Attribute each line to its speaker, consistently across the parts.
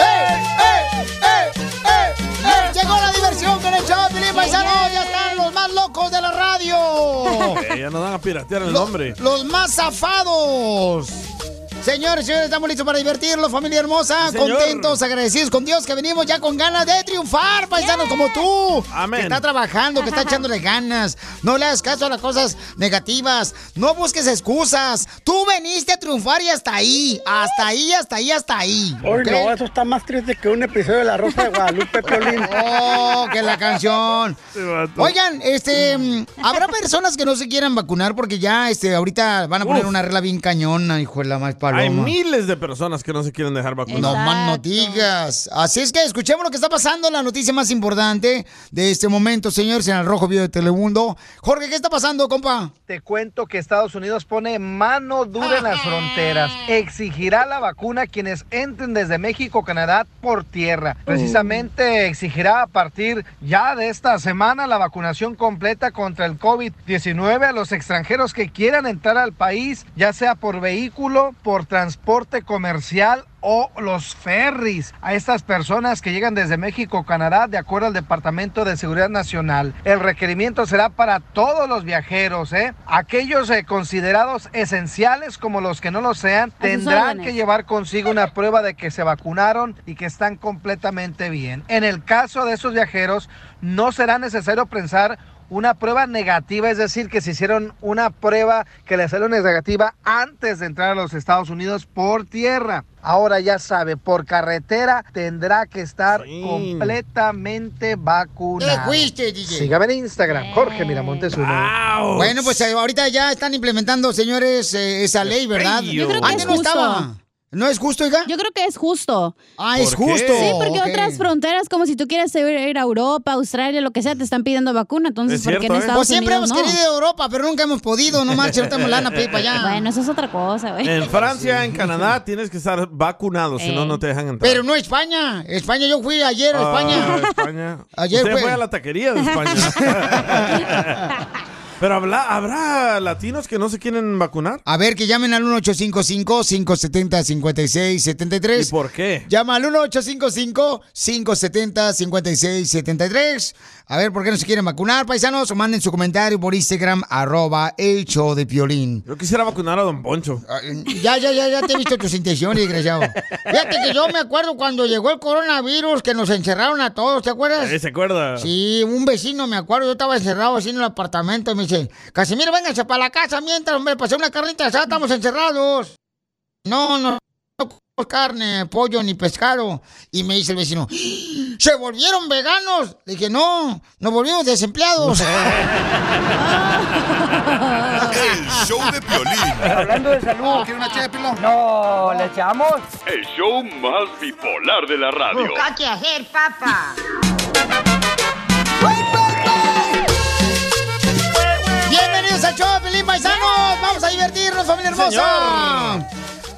Speaker 1: ¡Eh!
Speaker 2: ya nos van a piratear el
Speaker 1: Lo-
Speaker 2: nombre.
Speaker 1: Los más zafados. Señores, señores, estamos listos para divertirnos, familia hermosa.
Speaker 2: Sí, señor.
Speaker 1: Contentos, agradecidos con Dios que venimos ya con ganas de triunfar, paisanos como tú.
Speaker 2: Amén.
Speaker 1: Que está trabajando, que está echándole ganas. No le hagas caso a las cosas negativas. No busques excusas. Tú veniste a triunfar y hasta ahí. Hasta ahí, hasta ahí, hasta ahí.
Speaker 3: Hoy
Speaker 1: ¿ok?
Speaker 3: no, eso está más triste que un episodio de La Rosa de Guadalupe, Piolín.
Speaker 1: Oh, que la canción. Oigan, este, mm, habrá personas que no se quieran vacunar porque ya, este, ahorita van a poner
Speaker 2: Uf.
Speaker 1: una regla bien cañona, hijo de la más paloma.
Speaker 2: Hay miles de personas que no se quieren dejar vacunar.
Speaker 1: No más no digas. Así es que escuchemos lo que está pasando, la noticia más importante de este momento, señores, en el Rojo Vivo de Telemundo. Jorge, ¿qué está pasando, compa?
Speaker 4: Te cuento que Estados Unidos pone mano dura en las fronteras. Exigirá la vacuna a quienes entren desde México, Canadá por tierra. Precisamente
Speaker 1: Uh.
Speaker 4: exigirá a partir ya de esta semana la vacunación completa contra el COVID-19 a los extranjeros que quieran entrar al país, ya sea por vehículo, por transporte comercial o los ferries a estas personas que llegan desde México o Canadá de acuerdo al Departamento de Seguridad Nacional. El requerimiento será para todos los viajeros, ¿eh? Aquellos eh, considerados esenciales como los que no lo sean
Speaker 5: sus
Speaker 4: tendrán
Speaker 5: órdenes.
Speaker 4: que llevar consigo una prueba de que se vacunaron y que están completamente bien. En el caso de esos viajeros no será necesario pensar una prueba negativa, es decir, que se hicieron una prueba que le salió negativa antes de entrar a los Estados Unidos por tierra. Ahora ya sabe, por carretera tendrá que estar
Speaker 2: Sí.
Speaker 4: completamente vacunado.
Speaker 1: Te fuiste, DJ.
Speaker 4: Sígame en Instagram, Jorge Miramontes uno.
Speaker 2: ¡Au!
Speaker 1: Bueno, pues eh, ahorita ya están implementando, señores, eh, esa ley, ¿verdad?
Speaker 2: Yo creo que
Speaker 1: Antes
Speaker 2: es
Speaker 1: no
Speaker 5: justo.
Speaker 1: estaba. ¿No es justo, oiga?
Speaker 5: Yo creo que es justo.
Speaker 1: Ah, es
Speaker 2: ¿Por qué?
Speaker 1: justo.
Speaker 5: Sí, porque
Speaker 1: ok.
Speaker 5: otras fronteras, como si tú quieres ir ir a Europa, Australia, lo que sea, te están pidiendo vacuna. Entonces,
Speaker 2: Es
Speaker 5: ¿por qué en
Speaker 2: cierto, ¿eh?
Speaker 5: Estados
Speaker 1: Pues siempre
Speaker 5: Unidos
Speaker 1: hemos
Speaker 5: no?
Speaker 1: querido Europa, pero nunca hemos podido. No marches, ahorita me lana para ir para allá.
Speaker 5: Bueno, eso es otra cosa, güey.
Speaker 2: En Francia, en Canadá, tienes que estar vacunado, si no,
Speaker 5: Ey.
Speaker 2: no te dejan entrar.
Speaker 1: Eh, Pero no España. España, yo fui ayer a
Speaker 2: Ah,
Speaker 1: España.
Speaker 2: España.
Speaker 1: Ayer
Speaker 2: Usted
Speaker 1: fue-
Speaker 2: fue a la taquería de Ah, España. Pero habla- habrá latinos que no se quieren vacunar.
Speaker 1: A ver, que llamen al
Speaker 2: ¿Y
Speaker 1: 1855-570-5673.
Speaker 2: por qué?
Speaker 1: Llama al 1855-570-5673. A ver, ¿por qué no se quieren vacunar, paisanos? O manden su comentario por Instagram, arroba el show de Piolín.
Speaker 2: Yo quisiera vacunar a Don Poncho.
Speaker 1: Ah, Ya, ya, ya, ya te he visto tus intenciones, desgraciado. Fíjate que yo me acuerdo cuando llegó el coronavirus que nos encerraron a todos, ¿te acuerdas?
Speaker 2: Eh, ¿Se acuerda?
Speaker 1: Sí, un vecino, me acuerdo, yo estaba encerrado así en el apartamento y me dice, Casimiro, vénganse para la casa mientras, hombre, pasé una carnita asada, estamos encerrados. No, no, no comemos carne, pollo ni pescado. Y me dice el vecino, "¡Ah! ¿se volvieron veganos? Le dije, no, nos volvimos desempleados.
Speaker 6: El show de Piolín.
Speaker 3: Hablando de salud, ¿quiere una No, ¿le echamos?
Speaker 7: El show más bipolar de la
Speaker 2: Oh,
Speaker 7: radio.
Speaker 1: ¿Qué hacer, papá? Bienvenidos al show, Pelín Paisanos. Vamos a divertirnos, familia hermosa.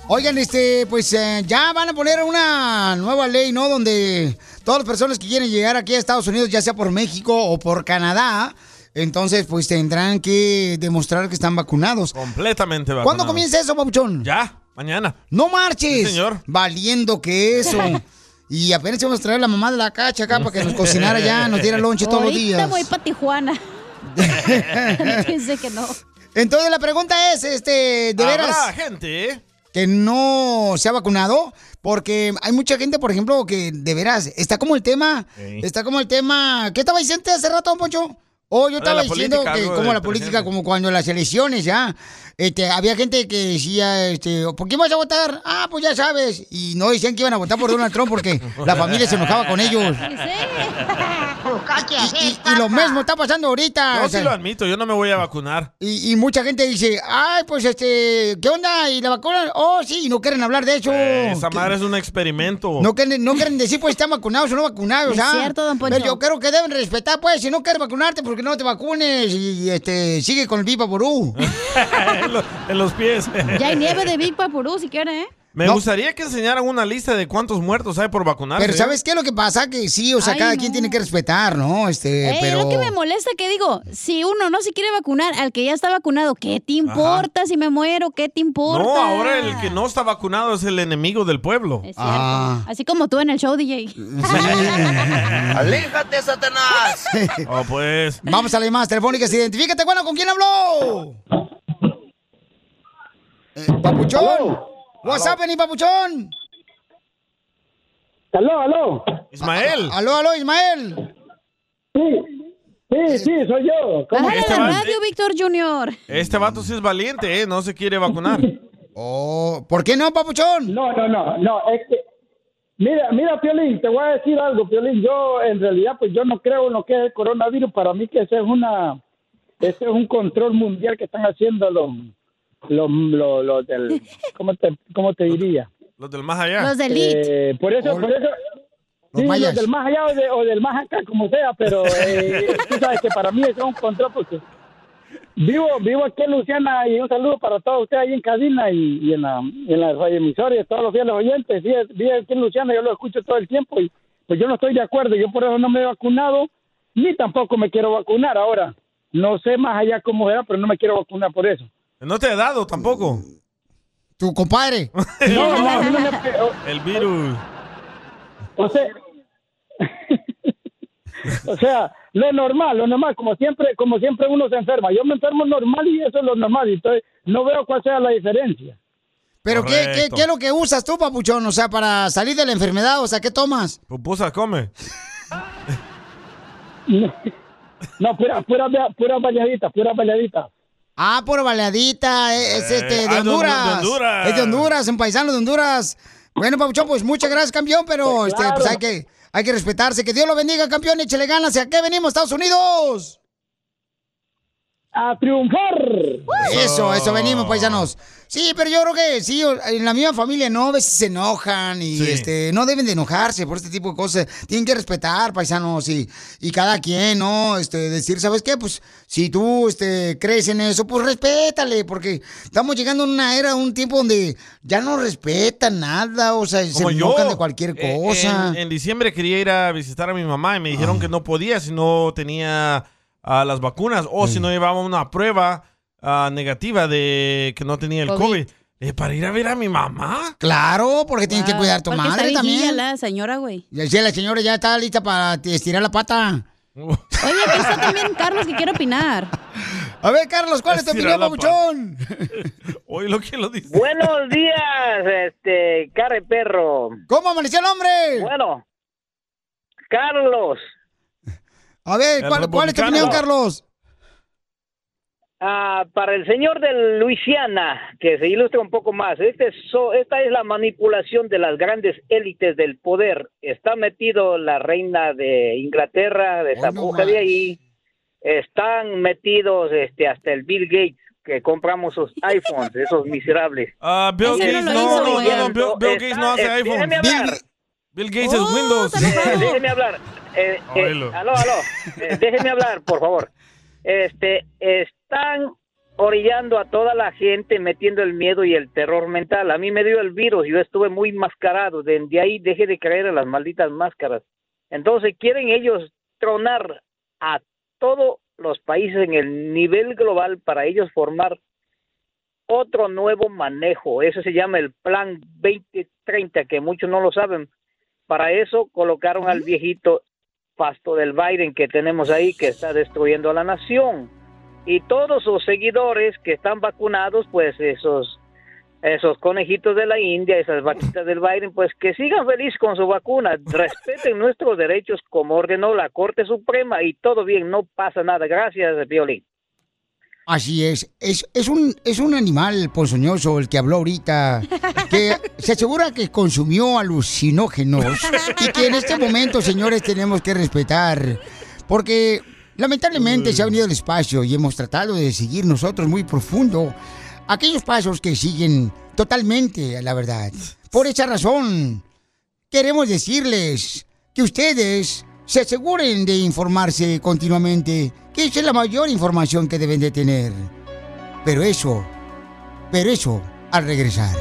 Speaker 1: Oigan, este, pues eh, ya van a poner una nueva ley, ¿no? Donde todas las personas que quieren llegar aquí a Estados Unidos, ya sea por México o por Canadá, entonces pues tendrán que demostrar que están vacunados.
Speaker 2: Completamente vacunado.
Speaker 1: ¿Cuándo comienza eso, Papuchón?
Speaker 2: Ya, mañana.
Speaker 1: No marches.
Speaker 2: Sí, señor.
Speaker 1: Valiendo que eso. Y apenas íbamos a traer a la mamá de la cacha acá para que nos cocinara ya, nos diera lonche todos los
Speaker 5: Ahorita
Speaker 1: días.
Speaker 5: voy para Tijuana. Dice que no.
Speaker 1: Entonces la pregunta es, este, de veras,
Speaker 2: Habrá gente ¿eh?
Speaker 1: que no se ha vacunado, porque hay mucha gente, por ejemplo, que de veras, está como el tema,
Speaker 2: Sí.
Speaker 1: está como el tema, ¿qué estaba diciendo hace rato, don Poncho? Oh, yo
Speaker 2: Ah, de
Speaker 1: estaba
Speaker 2: la
Speaker 1: diciendo
Speaker 2: política,
Speaker 1: que
Speaker 2: algo
Speaker 1: como
Speaker 2: del
Speaker 1: la política,
Speaker 2: presidente.
Speaker 1: como cuando las elecciones ya, este, había gente que decía, este, ¿por quién vas a votar? Ah, pues ya sabes. Y no decían que iban a votar por Donald Trump porque la familia se enojaba con ellos. Y, y- y lo mismo está pasando ahorita.
Speaker 2: Yo
Speaker 1: Ah, o sea,
Speaker 2: sí lo admito, yo no me voy a vacunar.
Speaker 1: y, y mucha gente dice, ay, pues este, ¿qué onda? ¿Y la vacuna? Oh, sí, y no quieren hablar de eso.
Speaker 2: Eh, esa
Speaker 1: Que-
Speaker 2: madre es un experimento.
Speaker 1: No quieren, no quieren decir, pues, están vacunados o no vacunados.
Speaker 5: Es
Speaker 1: ¿ah?
Speaker 5: cierto, don Poncho.
Speaker 1: Pero yo creo que deben respetar, pues, si no quieres vacunarte, porque no te vacunes y, este, sigue con el Viva Ború.
Speaker 2: Ah, en, lo- en los pies.
Speaker 5: Ya hay nieve de Big Papurú, si quiere, ¿eh?
Speaker 2: Me
Speaker 1: No.
Speaker 2: gustaría que enseñaran una lista de cuántos muertos hay por vacunarse. ¿eh?
Speaker 1: Pero ¿sabes qué? Lo que pasa que sí, o sea,
Speaker 5: Ay,
Speaker 1: cada
Speaker 5: no.
Speaker 1: quien tiene que respetar, ¿no? Este,
Speaker 5: Ey,
Speaker 1: pero...
Speaker 5: Es lo que me molesta que digo, si uno no se quiere vacunar, al que ya está vacunado, ¿qué te importa si me muero? ¿Qué te importa?
Speaker 2: No, ahora el que no está vacunado es el enemigo del pueblo.
Speaker 5: Es cierto.
Speaker 1: Ah.
Speaker 5: Así como tú en el show, DJ.
Speaker 8: ¡Aléjate, Satanás!
Speaker 2: Oh, pues.
Speaker 1: Vamos a las llamadas telefónicas. Identifícate, bueno, ¿con quién habló? Eh, papuchón. WhatsApp, vení, papuchón.
Speaker 9: Aló, aló.
Speaker 2: Ismael.
Speaker 1: Aló, aló, Ismael.
Speaker 9: Sí, sí, sí, soy yo. ¿Cómo?
Speaker 5: Bájale
Speaker 2: Este
Speaker 5: la
Speaker 2: va-
Speaker 5: radio, Víctor Junior.
Speaker 2: Este vato sí es valiente, ¿eh? No se quiere vacunar.
Speaker 1: Oh, ¿por qué no, papuchón?
Speaker 9: No, no, no, no, es que... Mira, mira, Piolín, te voy a decir algo, Piolín. Yo, en realidad, pues yo no creo en lo que es el coronavirus. Para mí que ese es una... Ese es un control mundial que están haciendo los... Los, los, los del... ¿Cómo te, cómo te diría?
Speaker 2: Los del más allá.
Speaker 5: Los de Elite.
Speaker 9: Eh, por eso, por eso...
Speaker 1: Los
Speaker 9: sí,
Speaker 1: mayas.
Speaker 9: del más allá o, de- o del más acá, como sea, pero eh, tú sabes que para mí eso es un control pues, porque vivo, vivo aquí en Luciana y un saludo para todos ustedes ahí en Cadina y, y en la, y en la radioemisora y a todos los fieles oyentes. Sí, vivo aquí en Luciana, yo lo escucho todo el tiempo y pues yo no estoy de acuerdo, yo por eso no me he vacunado ni tampoco me quiero vacunar ahora. No sé más allá cómo será, pero no me quiero vacunar por eso.
Speaker 2: No te he dado tampoco.
Speaker 1: Tu compadre.
Speaker 9: No, no, a mí no me-
Speaker 2: El virus.
Speaker 9: O sea, o sea, lo normal, lo normal, como siempre, como siempre uno se enferma. Yo me enfermo normal y eso es lo normal. Y entonces no veo cuál sea la diferencia.
Speaker 1: ¿Pero ¿qué, qué,
Speaker 2: Correcto.
Speaker 1: qué es lo que usas tú, papuchón? O sea, para salir de la enfermedad, o sea, ¿qué tomas?
Speaker 2: Pupusa, come.
Speaker 9: No, pura, pura, pura baleadita, pura baleadita.
Speaker 1: Ah, por baleadita, eh, es
Speaker 2: Eh,
Speaker 1: este,
Speaker 2: ah, de
Speaker 1: de
Speaker 2: Hondu-
Speaker 1: Honduras.
Speaker 2: de Honduras.
Speaker 1: Es de Honduras, un paisano de Honduras. Bueno, papuchón, pues muchas gracias, campeón, pero
Speaker 9: Pues
Speaker 1: este,
Speaker 9: claro.
Speaker 1: pues hay que, hay que respetarse. Que Dios lo bendiga, campeón, échale ganas. ¿Y a qué venimos, Estados Unidos?
Speaker 9: A triunfar.
Speaker 1: Eso, eso venimos, paisanos. Sí, pero yo creo que sí, o- en la misma familia no, a veces se enojan y
Speaker 2: Sí.
Speaker 1: este, no deben de enojarse por este tipo de cosas. Tienen que respetar, paisanos, y, y cada quien, ¿no? Este, decir, ¿sabes qué? Pues si tú este, crees en eso, pues respétale, porque estamos llegando a una era, a un tiempo donde ya no respetan nada, o sea, se
Speaker 2: Como yo.
Speaker 1: enojan de cualquier
Speaker 2: Eh,
Speaker 1: cosa. Ah.
Speaker 2: En, en diciembre quería ir a visitar a mi mamá y me dijeron que no podía si no tenía ah, las vacunas o si no llevaba una prueba ah, negativa de que no tenía el
Speaker 5: COVID.
Speaker 2: COVID. Le dije, ¿para ir a ver a mi mamá?
Speaker 1: Claro, porque tienes que
Speaker 5: Wow.
Speaker 1: cuidar a tu
Speaker 5: Porque está
Speaker 1: madre
Speaker 5: bien guía
Speaker 1: también.
Speaker 5: la señora, güey.
Speaker 1: Y así la señora ya está lista para estirar la pata.
Speaker 5: Oye, aquí está también Carlos que quiere opinar.
Speaker 1: A ver, Carlos, ¿cuál es tu
Speaker 2: Estirar
Speaker 1: opinión,
Speaker 2: la pata.
Speaker 1: papuchón?
Speaker 2: Hoy lo que lo dice.
Speaker 10: Buenos días, este, carre perro.
Speaker 1: ¿Cómo amaneció el hombre?
Speaker 10: Bueno, Carlos,
Speaker 1: A ver,
Speaker 2: El
Speaker 1: ¿cuál, cuál es tu
Speaker 2: republicano.
Speaker 1: opinión, Carlos?
Speaker 10: ah, para el señor de Luisiana, que se ilustra un poco más, este so- esta es la manipulación de las grandes élites del poder. Está metido la reina de Inglaterra, de
Speaker 1: Hoy
Speaker 10: esa
Speaker 1: no
Speaker 10: bruja
Speaker 1: más.
Speaker 10: de ahí. Están metidos este, hasta el Bill Gates, que compramos sus iPhones, esos miserables.
Speaker 2: Ah, Bill
Speaker 5: Ese
Speaker 2: Gates
Speaker 5: no
Speaker 2: no,
Speaker 5: lo hizo,
Speaker 2: no, no,
Speaker 5: güey.
Speaker 2: no, Bill, Bill Gates no hace
Speaker 10: Está- eh,
Speaker 2: iPhone.
Speaker 10: déjame hablar.
Speaker 2: Bill, Bill Gates es
Speaker 5: Oh,
Speaker 2: Windows.
Speaker 5: está enojado.
Speaker 10: Eh, déjeme hablar. Eh, eh,
Speaker 2: Oílo.
Speaker 10: aló, aló. Eh, déjeme hablar, por favor. Este, están orillando a toda la gente, metiendo el miedo y el terror mental. A mí me dio el virus, yo estuve muy mascarado. Desde ahí dejé de creer en las malditas máscaras. Entonces quieren ellos tronar a todos los países en el nivel global para ellos formar otro nuevo manejo. Eso se llama el Plan 2030, que muchos no lo saben. Para eso colocaron al viejito pasto del Biden que tenemos ahí, que está destruyendo a la nación. Y todos sus seguidores que están vacunados, pues esos, esos conejitos de la India, esas vaquitas del Biden, pues que sigan feliz con su vacuna, respeten nuestros derechos como ordenó la Corte Suprema y todo bien, no pasa nada. Gracias, Violín.
Speaker 1: Así es. Es, es un, es un animal ponzoñoso el que habló ahorita, que se asegura que consumió alucinógenos y que en este momento, señores, tenemos que respetar. Porque lamentablemente se ha venido el espacio y hemos tratado de seguir nosotros muy profundo aquellos pasos que siguen totalmente a la verdad. Por esa razón, queremos decirles que ustedes se aseguren de informarse continuamente, que esa es la mayor información que deben de tener. Pero eso, pero eso al regresar.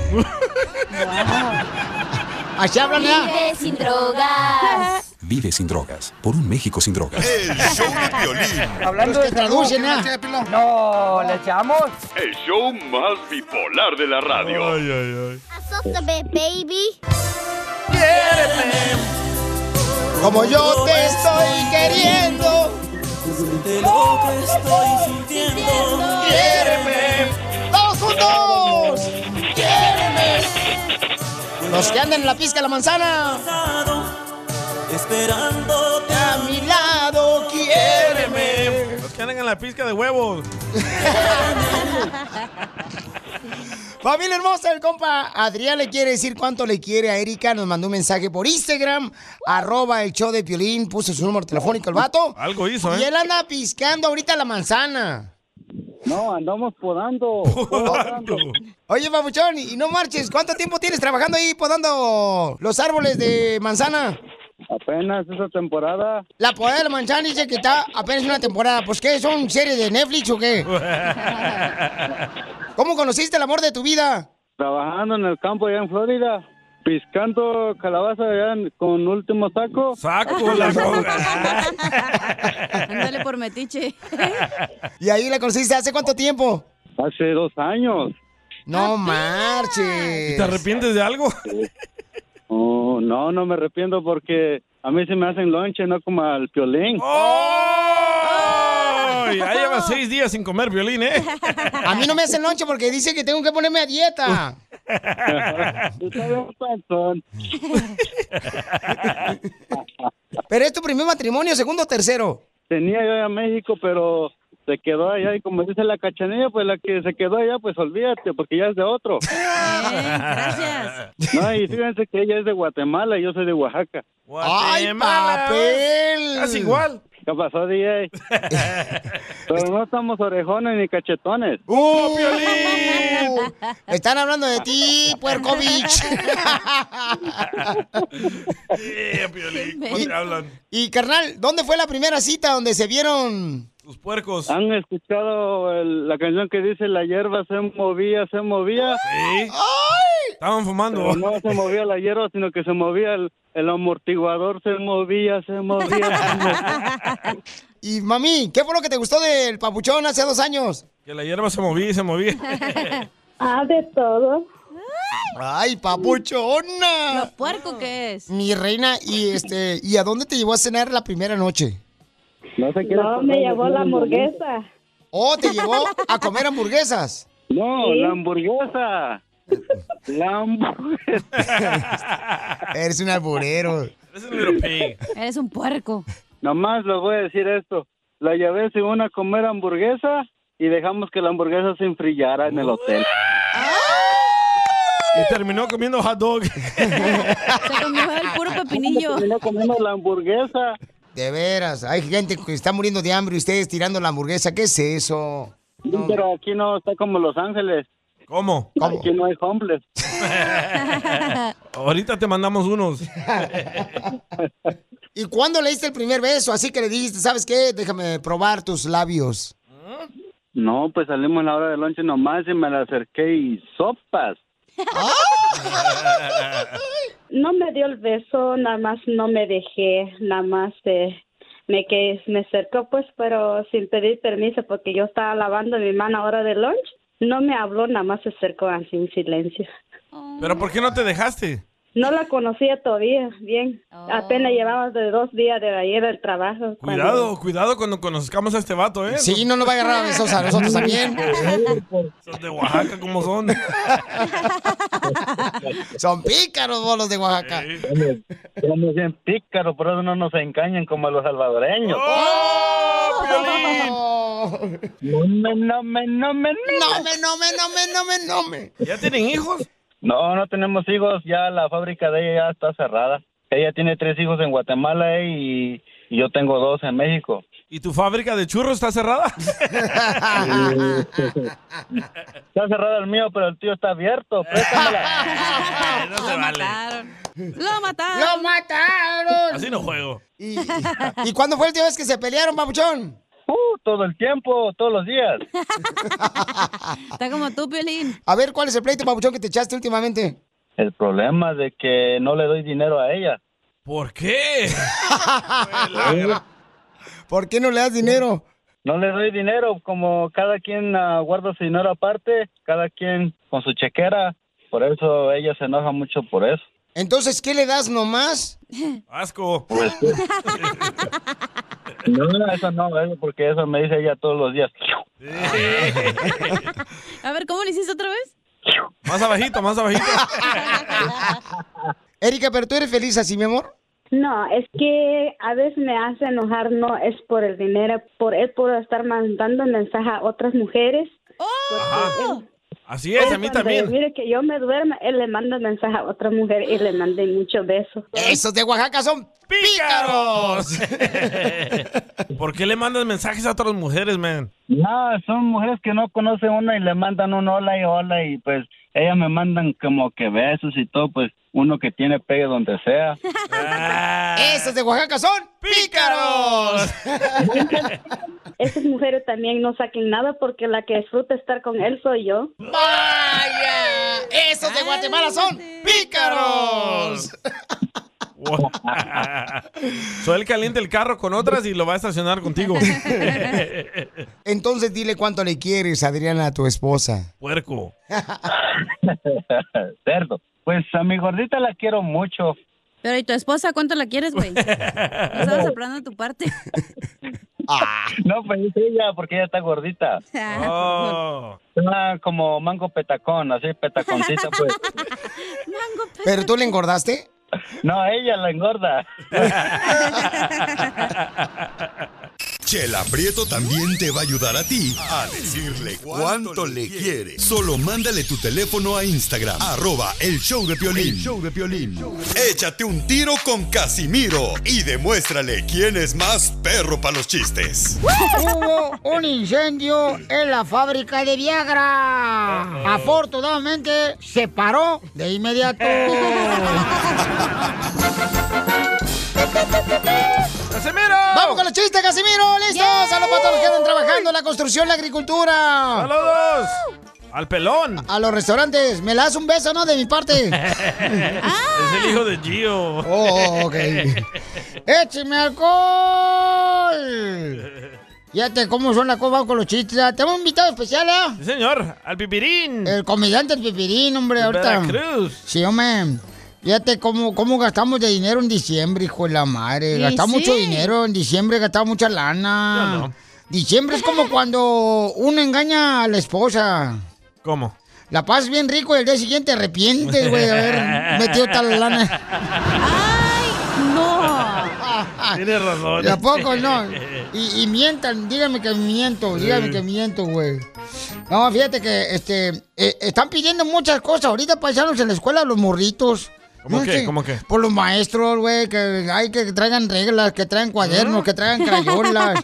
Speaker 1: Así hablan, ¿eh? ¿verdad?
Speaker 11: sin drogas.
Speaker 12: Vive sin drogas. Por un México sin drogas.
Speaker 6: El show de violín.
Speaker 4: Hablando de salud, ¿qué
Speaker 1: ¿ah?
Speaker 4: leche de pilón? No, ¿le echamos?
Speaker 7: El show más bipolar de la radio.
Speaker 2: Ay, ay,
Speaker 11: Azótame, baby.
Speaker 1: Como yo te estoy queriendo. Quiéreme. ¡Todos juntos! Quiéreme. Los que andan en la pizca de la manzana. Esperándote a mi lado, quiéreme.
Speaker 2: ay. Los que andan en la pizca de huevos.
Speaker 1: Familia hermosa, el compa Adrián le quiere decir cuánto le quiere a Erika. Nos mandó un mensaje por Instagram, arroba el show de Piolín. Puso su número telefónico el vato.
Speaker 2: Algo hizo,
Speaker 1: Y
Speaker 2: ¿eh?
Speaker 1: él anda piscando ahorita la manzana.
Speaker 3: No, andamos podando.
Speaker 2: Podando.
Speaker 1: Oye, papuchón, y no marches, ¿cuánto tiempo tienes trabajando ahí podando los árboles de manzana?
Speaker 3: Apenas esa temporada.
Speaker 1: La poda de la manzana dice que está apenas una temporada. Pues, ¿qué? ¿Son series de Netflix o qué? ¿Cómo conociste el amor de tu vida?
Speaker 3: Trabajando en el campo allá en Florida. Piscando calabaza allá en- con último saco.
Speaker 2: Saco la coca.
Speaker 5: Ándale por metiche.
Speaker 1: ¿Y ahí la conociste hace cuánto tiempo?
Speaker 3: Hace dos años.
Speaker 1: No
Speaker 2: ¿Te
Speaker 1: marches.
Speaker 2: arrepientes de algo?
Speaker 3: Oh, no, no me arrepiento porque a mí se me hacen lonche, no como al piolín.
Speaker 2: ¡Oh! Ya lleva seis días sin comer violín, ¿eh?
Speaker 1: A mí no me hacen lonche porque dice que tengo que ponerme a dieta.
Speaker 3: Está bien, panzón.
Speaker 1: ¿Pero es tu primer matrimonio, segundo o tercero?
Speaker 3: Tenía yo a México, pero se quedó allá y como dice la cachanilla, pues la que se quedó allá, pues olvídate, porque ya es de otro.
Speaker 5: Eh, gracias.
Speaker 3: No, y fíjense que ella es de Guatemala y yo soy de Oaxaca.
Speaker 1: ¡Ay,
Speaker 2: Guatemala.
Speaker 1: papel!
Speaker 2: Casi igual.
Speaker 3: ¿Qué pasó, DJ? Pero no estamos orejones ni cachetones.
Speaker 1: ¡Uh! Están hablando de ti, puercovich.
Speaker 2: Sí, violín. ¿Cómo te hablan?
Speaker 1: y carnal, ¿dónde fue la primera cita donde se vieron?
Speaker 2: Tus puercos.
Speaker 3: ¿Han escuchado el- la canción que dice la hierba se movía, se movía?
Speaker 2: Sí. Estaban
Speaker 3: Pero
Speaker 2: fumando.
Speaker 3: no se movía la hierba, sino que se movía el, el amortiguador, se movía, se movía. se movía.
Speaker 1: Y mami, ¿qué fue lo que te gustó del papuchón hace dos años?
Speaker 2: Que la hierba se movía y se movía.
Speaker 13: Ah, de todo.
Speaker 1: ¡Ay, papuchona!
Speaker 5: Lo puerco que es.
Speaker 1: Mi reina, y este, ¿y a dónde te llevó a cenar la primera noche?
Speaker 3: No, se quiere
Speaker 13: No,
Speaker 3: acordar
Speaker 13: me
Speaker 3: de
Speaker 13: llevó
Speaker 3: quién
Speaker 13: la
Speaker 3: me llamó.
Speaker 13: hamburguesa.
Speaker 1: ¿O Oh, te llevó a comer hamburguesas?
Speaker 3: No,
Speaker 13: Sí.
Speaker 3: la hamburguesa. La hamburguesa.
Speaker 1: Eres un alburero.
Speaker 2: Es un little pig.
Speaker 5: Eres un puerco.
Speaker 3: Nomás les voy a decir esto. La llevé sin una a comer hamburguesa y dejamos que la hamburguesa se enfriara en el hotel.
Speaker 2: Y terminó comiendo hot dog.
Speaker 5: Se comió el puro pepinillo.
Speaker 3: Terminó comiendo la hamburguesa.
Speaker 1: De veras, hay gente que está muriendo de hambre y ustedes tirando la hamburguesa. ¿Qué es eso?
Speaker 3: Sí, Pero aquí no está como Los Ángeles.
Speaker 2: ¿Cómo?
Speaker 1: ¿Cómo?
Speaker 3: Aquí no hay hombres.
Speaker 2: Ahorita te mandamos unos.
Speaker 1: ¿Y cuándo le diste el primer beso? Así que le dijiste, ¿sabes qué? Déjame probar tus labios.
Speaker 3: No, pues salimos a la hora del lonche nomás y me la acerqué y sopas.
Speaker 13: No me dio el beso, nada más no me dejé, nada más eh, me que me acercó pues, pero sin pedir permiso porque yo estaba lavando a mi mano ahora de lunch. No me habló, nada más se acercó así en silencio.
Speaker 2: ¿Pero por qué no te dejaste?
Speaker 13: No la conocía todavía, bien.
Speaker 5: Oh.
Speaker 13: Apenas llevamos de dos días de ayer del trabajo. cuando-
Speaker 2: Cuidado, cuidado cuando conozcamos a este vato, ¿eh?
Speaker 1: Sí, no nos va a agarrar a besos a nosotros también.
Speaker 2: Son de Oaxaca como son.
Speaker 1: Son pícaros vos, los de Oaxaca.
Speaker 3: Somos bien pícaros, por eso no nos engañan como a los salvadoreños.
Speaker 2: ¡Oh, Piolín!
Speaker 1: Oh.
Speaker 3: No me, no me, no me, no.
Speaker 1: No me, no me, no me, no me, no me.
Speaker 2: ¿Ya tienen hijos?
Speaker 3: No, no tenemos hijos, ya la fábrica de ella ya está cerrada. Ella tiene tres hijos en Guatemala eh, y, y yo tengo dos en México.
Speaker 2: ¿Y tu fábrica de churros está cerrada?
Speaker 3: Está cerrado el mío, pero el tío está abierto. préstamela.
Speaker 2: Ay, no se
Speaker 5: Lo
Speaker 2: vale.
Speaker 5: mataron. Lo
Speaker 1: ¡Lo
Speaker 5: mataron.
Speaker 1: mataron!
Speaker 2: Así no juego.
Speaker 1: ¿Y, y cuándo fue la última vez que se pelearon, papuchón?
Speaker 3: Uh, todo el tiempo, todos los días.
Speaker 5: Está como tú, Piolín.
Speaker 1: A ver, ¿cuál es el pleito, papuchón, que te echaste últimamente?
Speaker 14: El problema de que no le doy dinero a ella.
Speaker 2: ¿Por qué?
Speaker 1: ¿Por qué no le das dinero?
Speaker 14: No le doy dinero, como cada quien ah, guarda su dinero aparte, cada quien con su chequera. Por eso ella se enoja mucho por eso.
Speaker 1: Entonces, ¿qué le das nomás?
Speaker 2: Asco.
Speaker 14: Pues, sí. no, no, eso no, eso porque eso me dice ella todos los días.
Speaker 5: A ver, ¿cómo le hiciste otra vez?
Speaker 2: Más abajito, más abajito.
Speaker 1: Erika, pero tú eres feliz así, mi amor.
Speaker 13: No, es que a veces me hace enojar, no es por el dinero, por él puedo estar mandando mensaje a otras mujeres.
Speaker 2: Ajá. Así es, a mí también.
Speaker 13: Mire que yo me duerma, él le manda mensaje a otra mujer y le mandé muchos besos.
Speaker 1: Esos de Oaxaca son pícaros.
Speaker 2: ¿Por qué le mandas mensajes a otras mujeres, man?
Speaker 14: No, son mujeres que no conocen uno y le mandan un hola y hola y pues ellas me mandan como que besos y todo, pues uno que tiene pegue donde sea.
Speaker 2: Ah.
Speaker 1: Esos de Oaxaca son pícaros.
Speaker 13: Esas mujeres también no saquen nada porque la que disfruta estar con él soy yo.
Speaker 1: ¡Vaya! Esos de Guatemala son pícaros.
Speaker 2: so él calienta el carro con otras y lo va a estacionar contigo.
Speaker 1: Entonces dile cuánto le quieres, Adriana, a tu esposa.
Speaker 2: Puerco.
Speaker 14: Cerdo. Pues a mi gordita la quiero mucho.
Speaker 5: Pero ¿y tu esposa cuánto la quieres, güey? No estabas soplando de tu parte.
Speaker 2: Ah.
Speaker 14: No, pues es ella, porque ella está gordita.
Speaker 5: Oh.
Speaker 14: Está como mango petacón, así petaconcita, pues.
Speaker 1: ¿Pero tú le engordaste?
Speaker 14: No, ella la engorda.
Speaker 6: Chela Prieto también te va a ayudar a ti a decirle cuánto le quiere. Solo mándale tu teléfono a Instagram, arroba el show de Piolín.
Speaker 15: El
Speaker 6: show de Échate un tiro con Casimiro y demuéstrale quién es más perro para los chistes.
Speaker 1: Hubo un incendio en la fábrica de Viagra. Afortunadamente se paró de inmediato.
Speaker 2: ¡Casimiro!
Speaker 1: ¡Vamos con los chistes, Casimiro! ¡Listos! ¡Saludos para todos los que andan trabajando en la construcción, la agricultura!
Speaker 2: ¡Saludos! Al pelón.
Speaker 1: A los restaurantes. ¿Me le das un beso, no? De mi parte.
Speaker 2: Es el hijo de Gio.
Speaker 1: Oh, ok. ¡Écheme alcohol! Fíjate cómo son las cosas con los chistes. ¿ah? Tenemos un invitado especial, ¿ah?
Speaker 2: Sí, señor. Al pipirín.
Speaker 1: El comediante el pipirín, hombre, ahorita.
Speaker 2: Veracruz.
Speaker 1: Sí, hombre. Fíjate cómo, cómo gastamos de dinero en diciembre, hijo de la madre.
Speaker 2: Y
Speaker 1: Gastamos mucho
Speaker 2: sí.
Speaker 1: dinero en diciembre, gastamos mucha lana.
Speaker 2: Yo no.
Speaker 1: Diciembre es como cuando uno engaña a la esposa.
Speaker 2: ¿Cómo?
Speaker 1: La pasas bien rico y el día siguiente arrepientes, Este güey, de haber metido tal lana. ¡No!
Speaker 2: Tienes razón. este.
Speaker 1: Tampoco, no. Y, y mientan, díganme que miento, díganme que miento, güey. No, fíjate que este, eh, están pidiendo muchas cosas ahorita, paisanos, en la escuela, los morritos.
Speaker 2: ¿Cómo
Speaker 1: No
Speaker 2: qué?
Speaker 1: sé,
Speaker 2: ¿Cómo qué?
Speaker 1: Por los maestros, güey, que hay que traigan reglas, que traigan cuadernos, que traigan crayolas.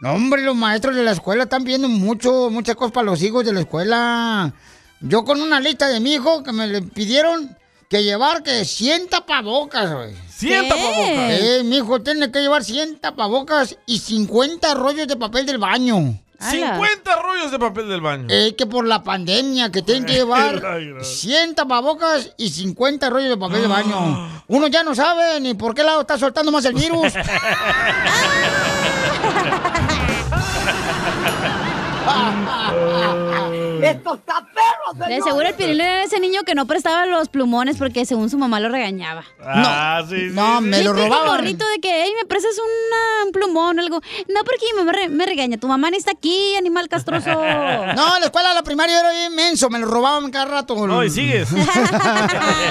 Speaker 1: No, hombre, los maestros de la escuela están pidiendo mucho, muchas cosas para los hijos de la escuela. Yo con una lista de mi hijo que me le pidieron que llevar que 100 tapabocas, güey.
Speaker 2: ¿Cien ¿Qué? tapabocas?
Speaker 1: Eh, mi hijo tiene que llevar 100 tapabocas y 50 rollos de papel del baño.
Speaker 2: 50 rollos de papel del baño.
Speaker 1: Eh, que por la pandemia, que tienen que llevar 100 tapabocas y 50 rollos de papel de
Speaker 2: Ah.
Speaker 1: baño. Uno ya no sabe ni por qué lado está soltando más el virus.
Speaker 5: Estos taperos, De seguro el pirino era ese niño que no prestaba los plumones porque según su mamá lo regañaba.
Speaker 2: Ah, sí, sí,
Speaker 1: No,
Speaker 2: sí.
Speaker 1: me lo
Speaker 5: Típico
Speaker 1: robaban.
Speaker 5: morrito de que, hey, me prestas una- un plumón o algo. No, porque mi mamá re- me regaña. Tu mamá no está aquí, animal castroso.
Speaker 1: No, en la escuela, la primaria era bien menso, me lo robaban cada rato.
Speaker 2: No, y sigues.
Speaker 1: Ah,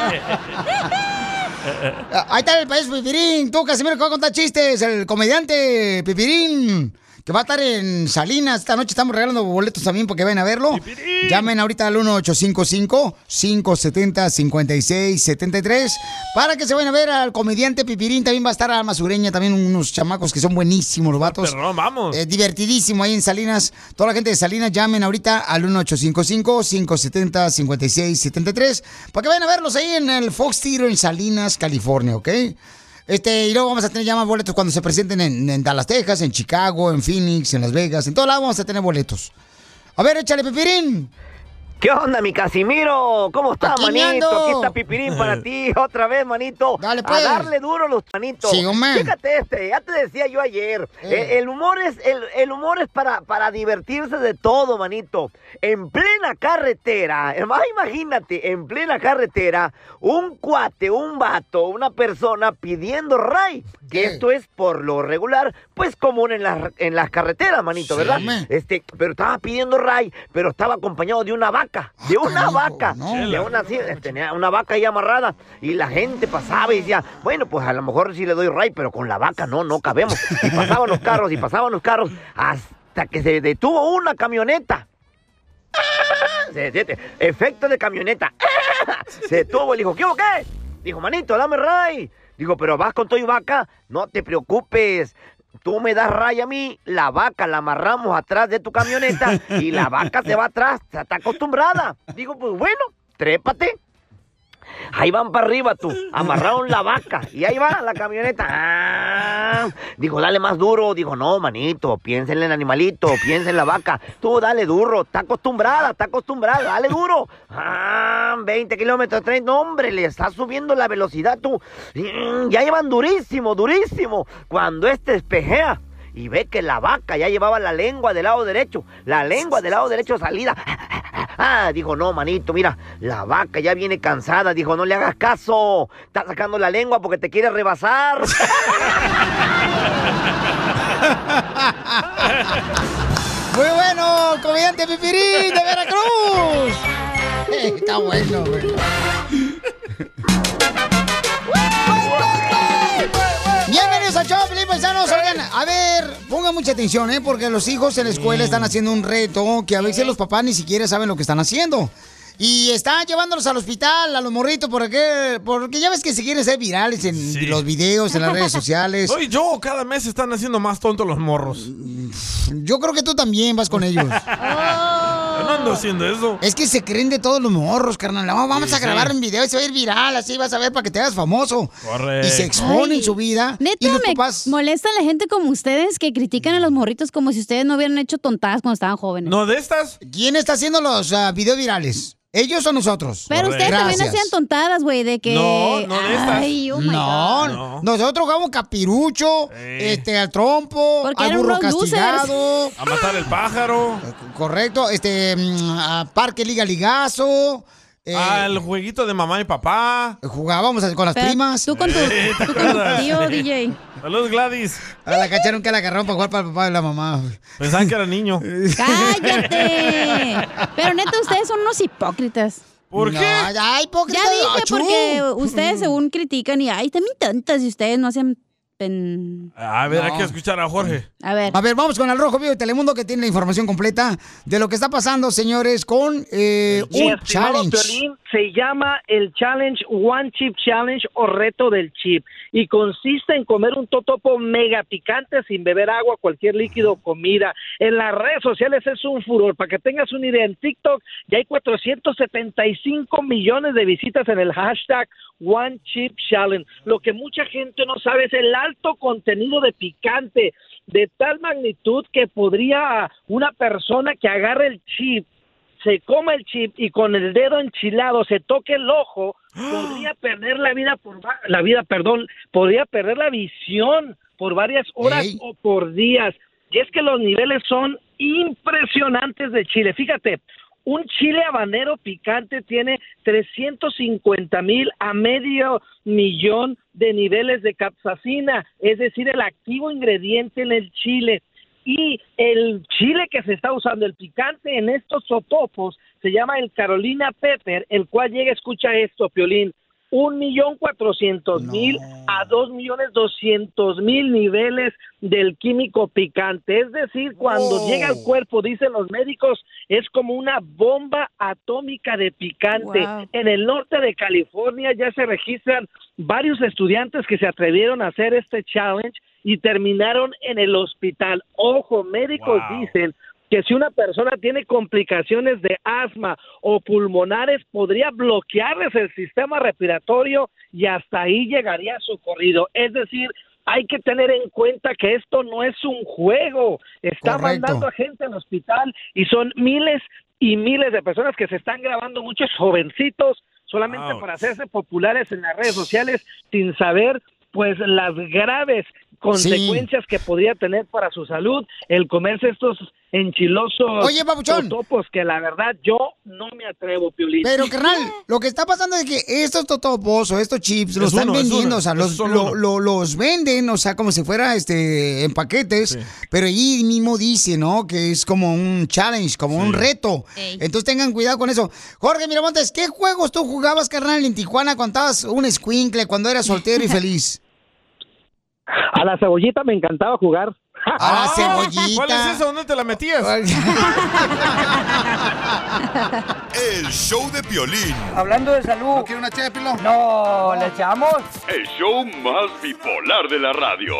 Speaker 1: Ahí está el país Pipirín. Tú, Casimiro, que va a contar chistes. El comediante Pipirín, que va a estar en Salinas. Esta noche estamos regalando boletos también porque ven a verlo. Llamen ahorita al 1855-570-5673 para que se vayan a ver al comediante Pipirín. También va a estar a Masureña, también unos chamacos que son buenísimos los vatos.
Speaker 2: Perrón, vamos.
Speaker 1: Eh, divertidísimo ahí en Salinas. Toda la gente de Salinas llamen ahorita al 1855-570-5673 para que vayan a verlos ahí en el Fox Tiro en Salinas, California, ¿ok? Este, y luego vamos a tener ya más boletos cuando se presenten en, en Dallas, Texas, en Chicago, en Phoenix, en Las Vegas, en todo lado vamos a tener boletos. A ver, échale, Pepirín.
Speaker 14: ¿Qué onda, mi Casimiro? ¿Cómo estás,
Speaker 1: Aquí me
Speaker 14: manito?
Speaker 1: ando.
Speaker 14: Aquí está Pipirín para ti, otra vez, manito. Dale,
Speaker 1: pues.
Speaker 14: A darle duro a los manitos.
Speaker 1: Sí, hombre.
Speaker 14: Fíjate este, ya te decía yo ayer.
Speaker 1: Eh.
Speaker 14: eh, el humor es, el, el humor es para, para divertirse de todo, manito. En plena carretera, hermano, imagínate, en plena carretera, un cuate, un vato, una persona pidiendo ray. Que esto es por lo regular, pues común en las, en las carreteras, manito,
Speaker 16: Sí,
Speaker 14: ¿verdad?
Speaker 16: hombre.
Speaker 14: Este, pero estaba pidiendo ray, pero estaba acompañado de una vaca, de una vaca, de una así, tenía una vaca ahí amarrada y la gente pasaba y decía, bueno, pues a lo mejor sí le doy ray, pero con la vaca no, no cabemos. Y pasaban los carros y pasaban los carros hasta que se detuvo una camioneta. Se detiene. Efecto de camioneta. Se detuvo, le dijo, ¿qué o qué? Dijo, manito, dame ray. Digo, pero vas con todo y vaca, no te preocupes. Tú me das ray a mí, la vaca la amarramos atrás de tu camioneta y la vaca se va atrás, ya está acostumbrada. Digo, pues bueno, trépate. Ahí van para arriba tú, amarraron la vaca y ahí va la camioneta. Ah, dijo, dale más duro. Dijo, no, manito, piensa en el animalito, piensa en la vaca. Tú dale duro, está acostumbrada, está acostumbrada, dale duro. Ah, 20 kilómetros, 30, no, hombre, le está subiendo la velocidad tú. Mm, Ya llevan durísimo, durísimo. Cuando este espejea. Y ve que la vaca ya llevaba la lengua del lado derecho, la lengua del lado derecho salida. Ah, dijo, no, manito, mira, la vaca ya viene cansada. Dijo, no le hagas caso. Está sacando la lengua porque te quiere rebasar.
Speaker 1: Muy bueno, comediante Pipirín de Veracruz. Eh, Está bueno, güey. Bienvenidos a Choplin, paisanos. Oigan, a ver, pongan mucha atención, ¿eh? Porque los hijos en la escuela están haciendo un reto que a veces los papás ni siquiera saben lo que están haciendo. Y están llevándolos al hospital, a los morritos, porque, porque ya ves que se quieren ser virales en los videos, en las redes sociales.
Speaker 2: Soy yo, cada mes están haciendo más tontos los morros.
Speaker 1: Yo creo que tú también vas con ellos.
Speaker 2: Yo no ando haciendo eso.
Speaker 1: Es que se creen de todos los morros, carnal. No, vamos
Speaker 2: Sí,
Speaker 1: a grabar
Speaker 2: sí.
Speaker 1: un video y se va a ir viral, así vas a ver para que te hagas famoso.
Speaker 2: Correcto.
Speaker 1: Y se exponen
Speaker 5: Ay,
Speaker 1: su vida.
Speaker 5: Neta,
Speaker 1: y los
Speaker 5: me
Speaker 1: papás.
Speaker 5: molesta la gente como ustedes que critican a los morritos como si ustedes no hubieran hecho tontadas cuando estaban jóvenes.
Speaker 2: No, de estas.
Speaker 1: ¿Quién está haciendo los ah, videos virales? ¿Ellos o nosotros?
Speaker 5: Pero ustedes también
Speaker 1: Gracias.
Speaker 5: hacían tontadas, güey, de que...
Speaker 1: No, no de estas.
Speaker 5: Ay, oh my
Speaker 1: no,
Speaker 5: God.
Speaker 1: no. nosotros jugamos capirucho, este, al trompo, al
Speaker 5: eran
Speaker 1: burro
Speaker 5: unos losers.
Speaker 1: castigado.
Speaker 2: A matar el pájaro.
Speaker 1: Correcto, este, mm, a Parque Liga Ligazo. eh,
Speaker 2: Al jueguito de mamá y papá.
Speaker 1: Jugábamos con las
Speaker 2: Pero
Speaker 1: primas.
Speaker 2: tú con tu- Eh, ¿te tú con tu acuerdas? tío,
Speaker 5: DJ.
Speaker 2: Saludos, Gladys.
Speaker 1: A la cacharon que la agarraron para jugar para el papá y la mamá.
Speaker 2: Pensaban que era niño.
Speaker 5: ¡Cállate! Pero neta, ustedes son unos hipócritas.
Speaker 2: ¿Por
Speaker 1: No, Ah, qué? ya, hipócritas,
Speaker 5: Ya dije,
Speaker 1: achú.
Speaker 5: porque ustedes según critican y, ay, también tantas, y ustedes no hacen... pen-
Speaker 2: A ver,
Speaker 1: No.
Speaker 2: hay que escuchar a Jorge.
Speaker 5: A ver.
Speaker 1: A ver, vamos con el Rojo Vivo de Telemundo que tiene la información completa de lo que está pasando, señores, con eh,
Speaker 16: Mi
Speaker 1: un
Speaker 16: estimado
Speaker 1: challenge.
Speaker 16: Piolín, se llama el Challenge One Chip Challenge o reto del chip y consiste en comer un totopo mega picante sin beber agua, cualquier líquido o comida. En las redes sociales es un furor. Para que tengas una idea, en TikTok ya hay 475 millones de visitas en el hashtag One Chip Challenge. Lo que mucha gente no sabe es el alto contenido de picante de tal magnitud que podría una persona que agarre el chip se come el chip y con el dedo enchilado se toque el ojo,
Speaker 10: ¡Ah!
Speaker 16: podría perder la vida por va- la vida, perdón, podría perder la visión por varias horas o por días. Y es que los niveles son impresionantes de chile. Fíjate, un chile habanero picante tiene 350 mil a medio millón de niveles de capsacina, es decir, el activo ingrediente en el chile. Y el chile que se está usando, el picante en estos sotopos, se llama el Carolina Pepper, el cual llega, escucha esto, Piolín, un millón cuatrocientos mil a dos millones doscientos mil niveles del químico picante. Es decir, cuando
Speaker 17: Oh.
Speaker 16: llega al cuerpo, dicen los médicos, es como una bomba atómica de picante.
Speaker 17: Wow.
Speaker 16: En el norte de California ya se registran varios estudiantes que se atrevieron a hacer este challenge y terminaron en el hospital. Ojo, médicos
Speaker 17: Wow.
Speaker 16: dicen que si una persona tiene complicaciones de asma o pulmonares, podría bloquearles el sistema respiratorio y hasta ahí llegaría su corrido. Es decir, hay que tener en cuenta que esto no es un juego. Está
Speaker 17: Correcto.
Speaker 16: mandando a gente al hospital y son miles y miles de personas que se están grabando, muchos jovencitos, solamente para hacerse populares en las redes sociales sin saber pues las graves consecuencias que podría tener para su salud el comerse estos enchilosos
Speaker 1: Oye, Papuchón.
Speaker 16: totopos que la verdad yo no me atrevo, Piolín.
Speaker 1: Pero, carnal, lo que está pasando es que estos totopos o estos chips los
Speaker 16: Es
Speaker 1: están
Speaker 16: uno, es
Speaker 1: vendiendo,
Speaker 16: uno,
Speaker 1: o sea,
Speaker 16: es
Speaker 1: los,
Speaker 16: solo
Speaker 1: lo-
Speaker 16: uno.
Speaker 1: lo- los venden, o sea, como si fuera este en paquetes, pero ahí mismo dice, ¿no? Que es como un challenge, como un reto.
Speaker 18: Ey.
Speaker 1: Entonces tengan cuidado con eso. Jorge Miramontes, ¿qué juegos tú jugabas, carnal, en Tijuana cuando estabas un escuincle, cuando eras soltero y feliz?
Speaker 16: A la cebollita me encantaba jugar.
Speaker 1: A la cebollita.
Speaker 2: Ah, ¿Cuál es esa? ¿Dónde te la metías?
Speaker 6: El show de Piolín.
Speaker 19: Hablando de salud. ¿No quiere una ché No, ¿le echamos?
Speaker 7: El show más bipolar de la radio.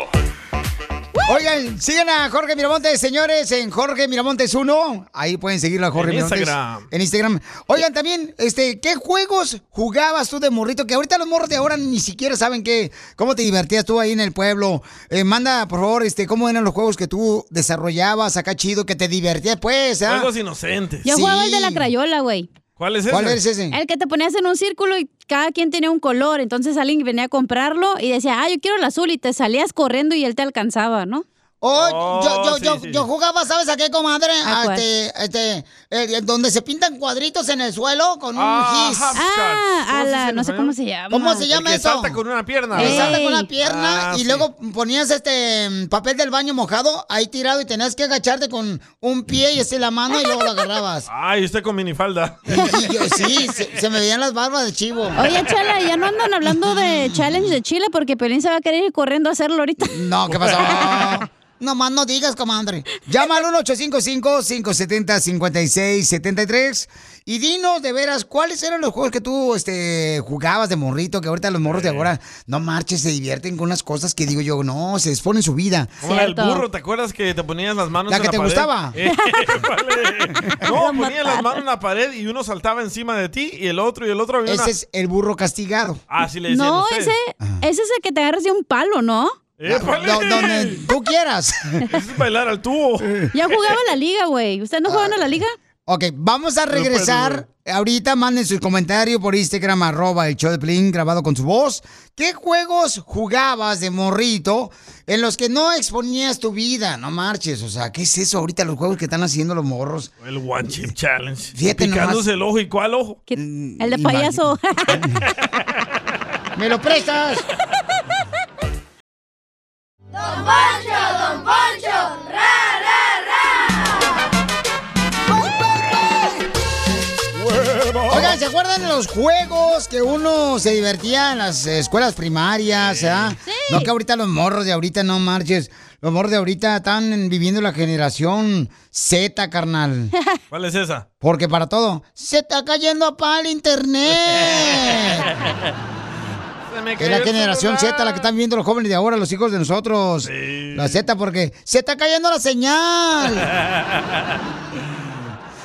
Speaker 1: Oigan, sigan a Jorge Miramontes, señores, en Jorge Miramontes 1. Ahí pueden seguirlo a Jorge
Speaker 2: En
Speaker 1: Miramontes.
Speaker 2: Instagram.
Speaker 1: En Instagram. Oigan, también, este, ¿qué juegos jugabas tú de morrito? Que ahorita los morros de ahora ni siquiera saben qué, cómo te divertías tú ahí en el pueblo. Eh, manda, por favor, este, cómo eran los juegos que tú desarrollabas acá chido, que te divertías, pues. ¿ah?
Speaker 2: Juegos inocentes.
Speaker 5: Yo jugaba el de la crayola, güey.
Speaker 2: ¿Cuál es ese?
Speaker 1: ¿Cuál es ese?
Speaker 5: El que te ponías en un círculo y cada quien tenía un color. Entonces alguien venía a comprarlo y decía, ah, yo quiero el azul. Y te salías corriendo y él te alcanzaba, ¿no?
Speaker 1: Oh,
Speaker 5: Oh,
Speaker 1: yo, yo,
Speaker 5: sí,
Speaker 1: yo,
Speaker 5: sí.
Speaker 1: yo jugaba, ¿sabes a qué, comadre?
Speaker 5: ¿A
Speaker 1: A
Speaker 5: cuál?
Speaker 1: este, este, eh, donde se pintan cuadritos en el suelo con un
Speaker 2: Ah,
Speaker 1: gis.
Speaker 2: hopscotch.
Speaker 5: Ah, ¿Cómo a se la- dice en no sé español? cómo se llama.
Speaker 1: ¿Cómo se llama
Speaker 2: El que
Speaker 1: eso?
Speaker 2: salta con una pierna.
Speaker 1: Que
Speaker 2: ¿verdad?
Speaker 1: salta con la pierna
Speaker 2: Ah,
Speaker 1: y
Speaker 2: sí.
Speaker 1: luego ponías este mm, papel del baño mojado ahí tirado y tenías que agacharte con un pie y así la mano y luego lo agarrabas.
Speaker 2: Ay, usted con minifalda.
Speaker 1: Y yo, sí, se, se me veían las barbas de chivo.
Speaker 5: Oye, Chala, ya no andan hablando de challenge de Chile porque Pelín se va a querer ir corriendo a hacerlo ahorita.
Speaker 1: No, ¿qué pasó? No más no digas, comandante. Llama al 1-855-570-5673 y dinos de veras cuáles eran los juegos que tú este, jugabas de morrito, que ahorita los morros de ahora no marches, se divierten con unas cosas que digo yo, no, se exponen su vida.
Speaker 2: Como la del burro, ¿te acuerdas que te ponías las manos
Speaker 1: La
Speaker 2: en
Speaker 1: que te
Speaker 2: pared?
Speaker 1: gustaba.
Speaker 2: Eh, vale. no, ponías las manos en la pared y uno saltaba encima de ti y el otro y el otro. había
Speaker 1: Ese
Speaker 2: una-
Speaker 1: es el burro castigado.
Speaker 2: Ah, sí le decían
Speaker 5: No,
Speaker 2: ustedes. Eh,
Speaker 5: ese, ese es el que te agarras de un palo, ¿no?
Speaker 2: ¡Épale!
Speaker 1: Do- Ah. donde tú quieras.
Speaker 2: Es bailar al tubo.
Speaker 5: Ya jugaba la liga, güey. ¿Ustedes no jugaban a la liga?
Speaker 1: Ok, vamos a
Speaker 5: No puedo,
Speaker 1: regresar. Ahorita manden sus comentarios por Instagram, arroba el show de Plin, grabado con su voz. ¿Qué juegos jugabas de morrito en los que no exponías tu vida? No marches, o sea, ¿qué es eso ahorita los juegos que están haciendo los morros?
Speaker 2: El One Chip Challenge.
Speaker 1: Fíjate nomás. Mm,
Speaker 2: Picándose el ojo y cuál ojo.
Speaker 5: El de payaso.
Speaker 1: ¡Me lo prestas!
Speaker 18: ¡Don Poncho, Don Poncho! ¡Ra, ra,
Speaker 1: Oigan, ¿se acuerdan de los juegos que uno se divertía en las eh, escuelas primarias? ah? No que ahorita los morros de ahorita no marches. Los morros de ahorita están viviendo la generación Z, carnal.
Speaker 2: ¿Cuál es esa?
Speaker 1: Porque para todo. Se está cayendo a pal internet. Es la generación Z la que están viendo los jóvenes de ahora, los hijos de nosotros. La Z porque se está cayendo la señal.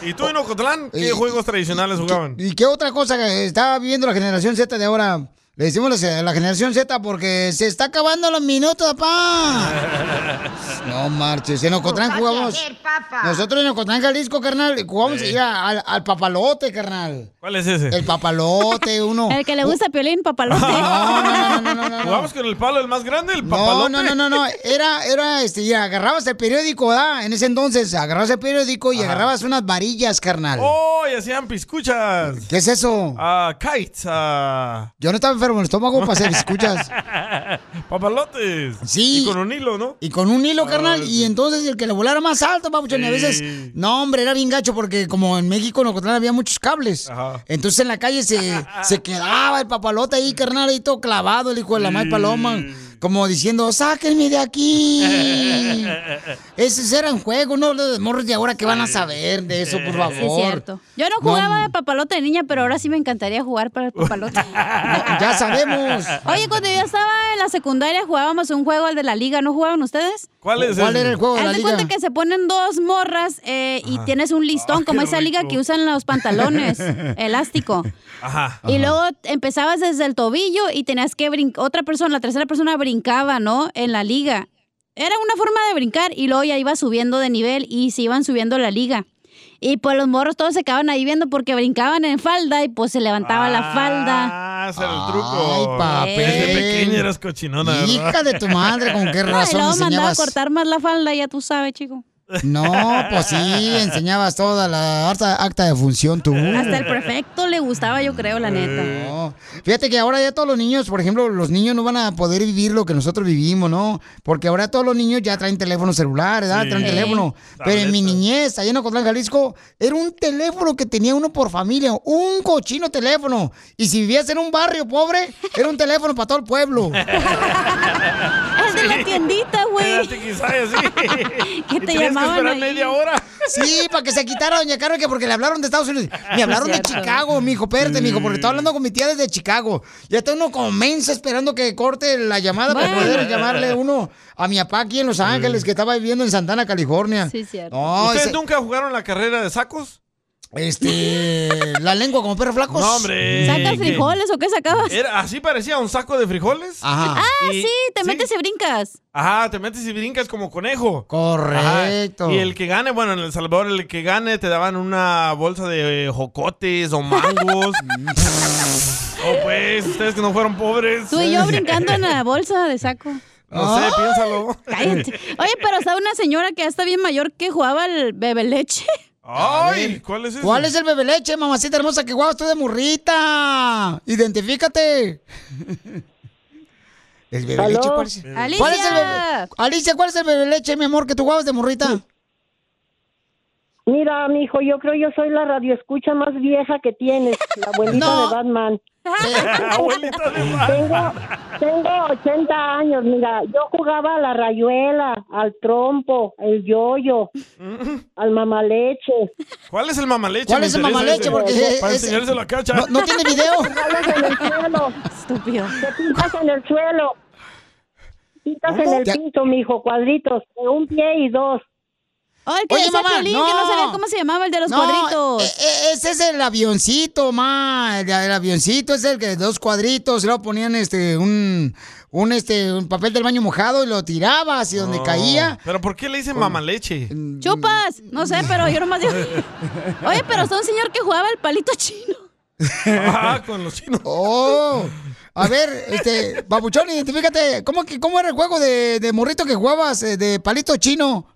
Speaker 2: ¿Y tú en Ocotlán qué juegos tradicionales jugaban?
Speaker 1: ¿Y Eh, qué otra cosa que está viviendo la generación Z de ahora? Le decimos la, la generación Z porque se está acabando los minutos, papá. No marches, en Ocotlán jugamos. Nosotros en Ocotlán, Jalisco, carnal, jugamos
Speaker 2: Sí.
Speaker 1: ya al, al papalote, carnal.
Speaker 2: ¿Cuál es ese?
Speaker 1: El papalote, uno.
Speaker 5: El que le gusta a Piolín, papalote.
Speaker 2: ¿Jugamos con el palo el más grande, el
Speaker 1: No,
Speaker 2: papalote?
Speaker 1: no, no, no, no. Era, era, este, ya, agarrabas el periódico, ¿ah? En ese entonces, agarrabas el periódico y agarrabas unas varillas, carnal.
Speaker 2: ¡Oh! Y hacían piscuchas.
Speaker 1: ¿Qué es eso?
Speaker 2: Ah, kites. ah.
Speaker 1: Yo no estaba enfermo el estómago para hacer escuchas.
Speaker 2: Papalotes.
Speaker 1: Sí.
Speaker 2: Y con un hilo, ¿no? Ah,
Speaker 1: Y con un hilo, carnal. Y entonces el que le volara más alto, papuchón. Y a
Speaker 2: Sí.
Speaker 1: veces, no, hombre, era bien gacho porque como en México, en Ocotlán había muchos cables. Entonces en la calle se, se quedaba el papalote ahí, carnal, ahí todo clavado, el hijo de la mal paloma. Como diciendo, sáquenme de aquí. Esos eran juegos, no los morros de ahora que van a saber de eso, por favor.
Speaker 5: Sí, es cierto. Yo no jugaba de papalote de niña, pero ahora sí me encantaría jugar para el papalote.
Speaker 1: ya sabemos.
Speaker 5: Oye, cuando yo estaba en la secundaria jugábamos un juego, el de la liga, ¿no jugaban ustedes?
Speaker 2: ¿Cuál es ¿Cuál ese? era el juego de
Speaker 5: Haz
Speaker 2: la liga?
Speaker 5: cuenta que se ponen dos morras eh, y
Speaker 2: Ajá.
Speaker 5: tienes un listón,
Speaker 2: Ah,
Speaker 5: como
Speaker 2: qué
Speaker 5: esa liga
Speaker 2: rico.
Speaker 5: que usan los pantalones, elástico.
Speaker 2: Ajá.
Speaker 5: Y luego empezabas desde el tobillo y tenías que brincar, otra persona, la tercera persona brincaba, ¿no? En la liga. Era una forma de brincar y luego ya iba subiendo de nivel y se iban subiendo la liga. Y pues los morros todos se quedaban ahí viendo porque brincaban en falda y pues se levantaba la falda.
Speaker 2: Ah, ese era el truco.
Speaker 5: Ay, papel.
Speaker 2: Desde pequeña eras cochinona, ¿verdad?
Speaker 1: Hija de tu madre, ¿con qué
Speaker 5: Ah, y
Speaker 1: razón
Speaker 5: luego mandaba a
Speaker 1: enseñabas?
Speaker 5: cortar más la falda, ya tú sabes, chico.
Speaker 1: No, pues sí, enseñabas toda la harta acta de función tú.
Speaker 5: Hasta el prefecto le gustaba, yo creo, la neta.
Speaker 1: No. Fíjate que ahora ya todos los niños, por ejemplo, los niños no van a poder vivir lo que nosotros vivimos, ¿no? Porque ahora todos los niños ya traen teléfono celular, ¿verdad?
Speaker 19: Sí.
Speaker 1: Traen teléfono.
Speaker 19: Sí.
Speaker 1: Pero en mi niñez, allá en Ocotlán, Jalisco, era un teléfono que tenía uno por familia, un cochino teléfono. Y si vivías en un barrio pobre, era un teléfono para todo el pueblo.
Speaker 5: Es de la tiendita, güey.
Speaker 1: Que
Speaker 5: te tenías que llamaban esperar ahí. media hora.
Speaker 1: Sí, para que se quitara Doña Carmen, que porque le hablaron de Estados Unidos.
Speaker 5: Ah,
Speaker 1: Me hablaron de
Speaker 19: Cierto.
Speaker 1: Chicago, mijo, espérate, mijo, porque estaba hablando con mi tía desde Chicago. Ya está uno comenza esperando que corte la llamada para
Speaker 19: Bueno.
Speaker 1: poder llamarle uno a mi papá aquí en Los Ángeles, que estaba viviendo en Santana, California.
Speaker 5: Sí, cierto.
Speaker 1: No,
Speaker 2: ¿Ustedes
Speaker 1: ese-
Speaker 2: nunca jugaron la carrera de sacos?
Speaker 1: Este, la lengua como perro flaco.
Speaker 2: No, hombre.
Speaker 5: ¿Sacas frijoles o qué sacabas?
Speaker 2: Era, así parecía un saco de frijoles.
Speaker 1: Ajá.
Speaker 5: Ah,
Speaker 2: Y-
Speaker 5: sí, te metes y brincas.
Speaker 2: Ajá, te metes y brincas como conejo.
Speaker 1: Correcto.
Speaker 2: Ajá. Y el que gane, bueno, en El Salvador, el que gane te daban una bolsa de eh, jocotes o mangos. oh, pues, ustedes que no fueron pobres.
Speaker 5: Tú y yo brincando en la bolsa de saco.
Speaker 2: No sé, piénsalo.
Speaker 5: Cállate. Oye, pero estaba una señora que ya está bien mayor que jugaba al bebe leche.
Speaker 2: Ay, ¿cuál es ese?
Speaker 1: ¿Cuál es el bebé leche, mamacita hermosa? Que guau, estoy de murrita. Identifícate. El bebé
Speaker 19: ¿Aló?
Speaker 1: leche, ¿cuál es?
Speaker 19: Bebe
Speaker 1: ¿Cuál
Speaker 19: leche.
Speaker 1: es el bebé- Alicia, ¿cuál es el bebé leche, mi amor, que tú guabas de murrita?
Speaker 20: Mira, mijo, yo creo yo soy la radioescucha más vieja que tienes, la abuelita
Speaker 19: No.
Speaker 20: de Batman.
Speaker 19: Abuelita de
Speaker 20: Tengo, tengo 80 años, mira, yo jugaba a la rayuela, al trompo, el yoyo, al mamaleche.
Speaker 2: ¿Cuál es el mamaleche?
Speaker 20: ¿Cuál
Speaker 2: Me
Speaker 20: es el
Speaker 2: interesa
Speaker 20: mamaleche?
Speaker 2: ese.
Speaker 20: Porque
Speaker 2: Para
Speaker 20: es-
Speaker 2: enseñárselo la cacha.
Speaker 20: Te pintas en el suelo.
Speaker 5: Estúpido.
Speaker 20: Te pintas en el suelo. Pintas en el pinto, mijo, cuadritos, de un pie y dos.
Speaker 5: Oh, el que Oye, decía mamá, Piolín, que no no. sabía cómo se llamaba el de los cuadritos.
Speaker 1: e- e- ese es el avioncito, ma. El, el avioncito es el que dos cuadritos, y luego ponían este un, un este un papel del baño mojado y lo tirabas y donde
Speaker 2: No.
Speaker 1: caía.
Speaker 2: ¿Pero por qué le dicen mamaleche?
Speaker 5: Chupas. No sé, pero yo nomás digo. Oye, pero está un señor que jugaba al palito chino.
Speaker 2: Ah, con los chinos.
Speaker 1: Oh. A ver, este, Babuchón, identifícate, ¿cómo, que, ¿cómo era el juego de, de morrito que jugabas eh, de palito chino?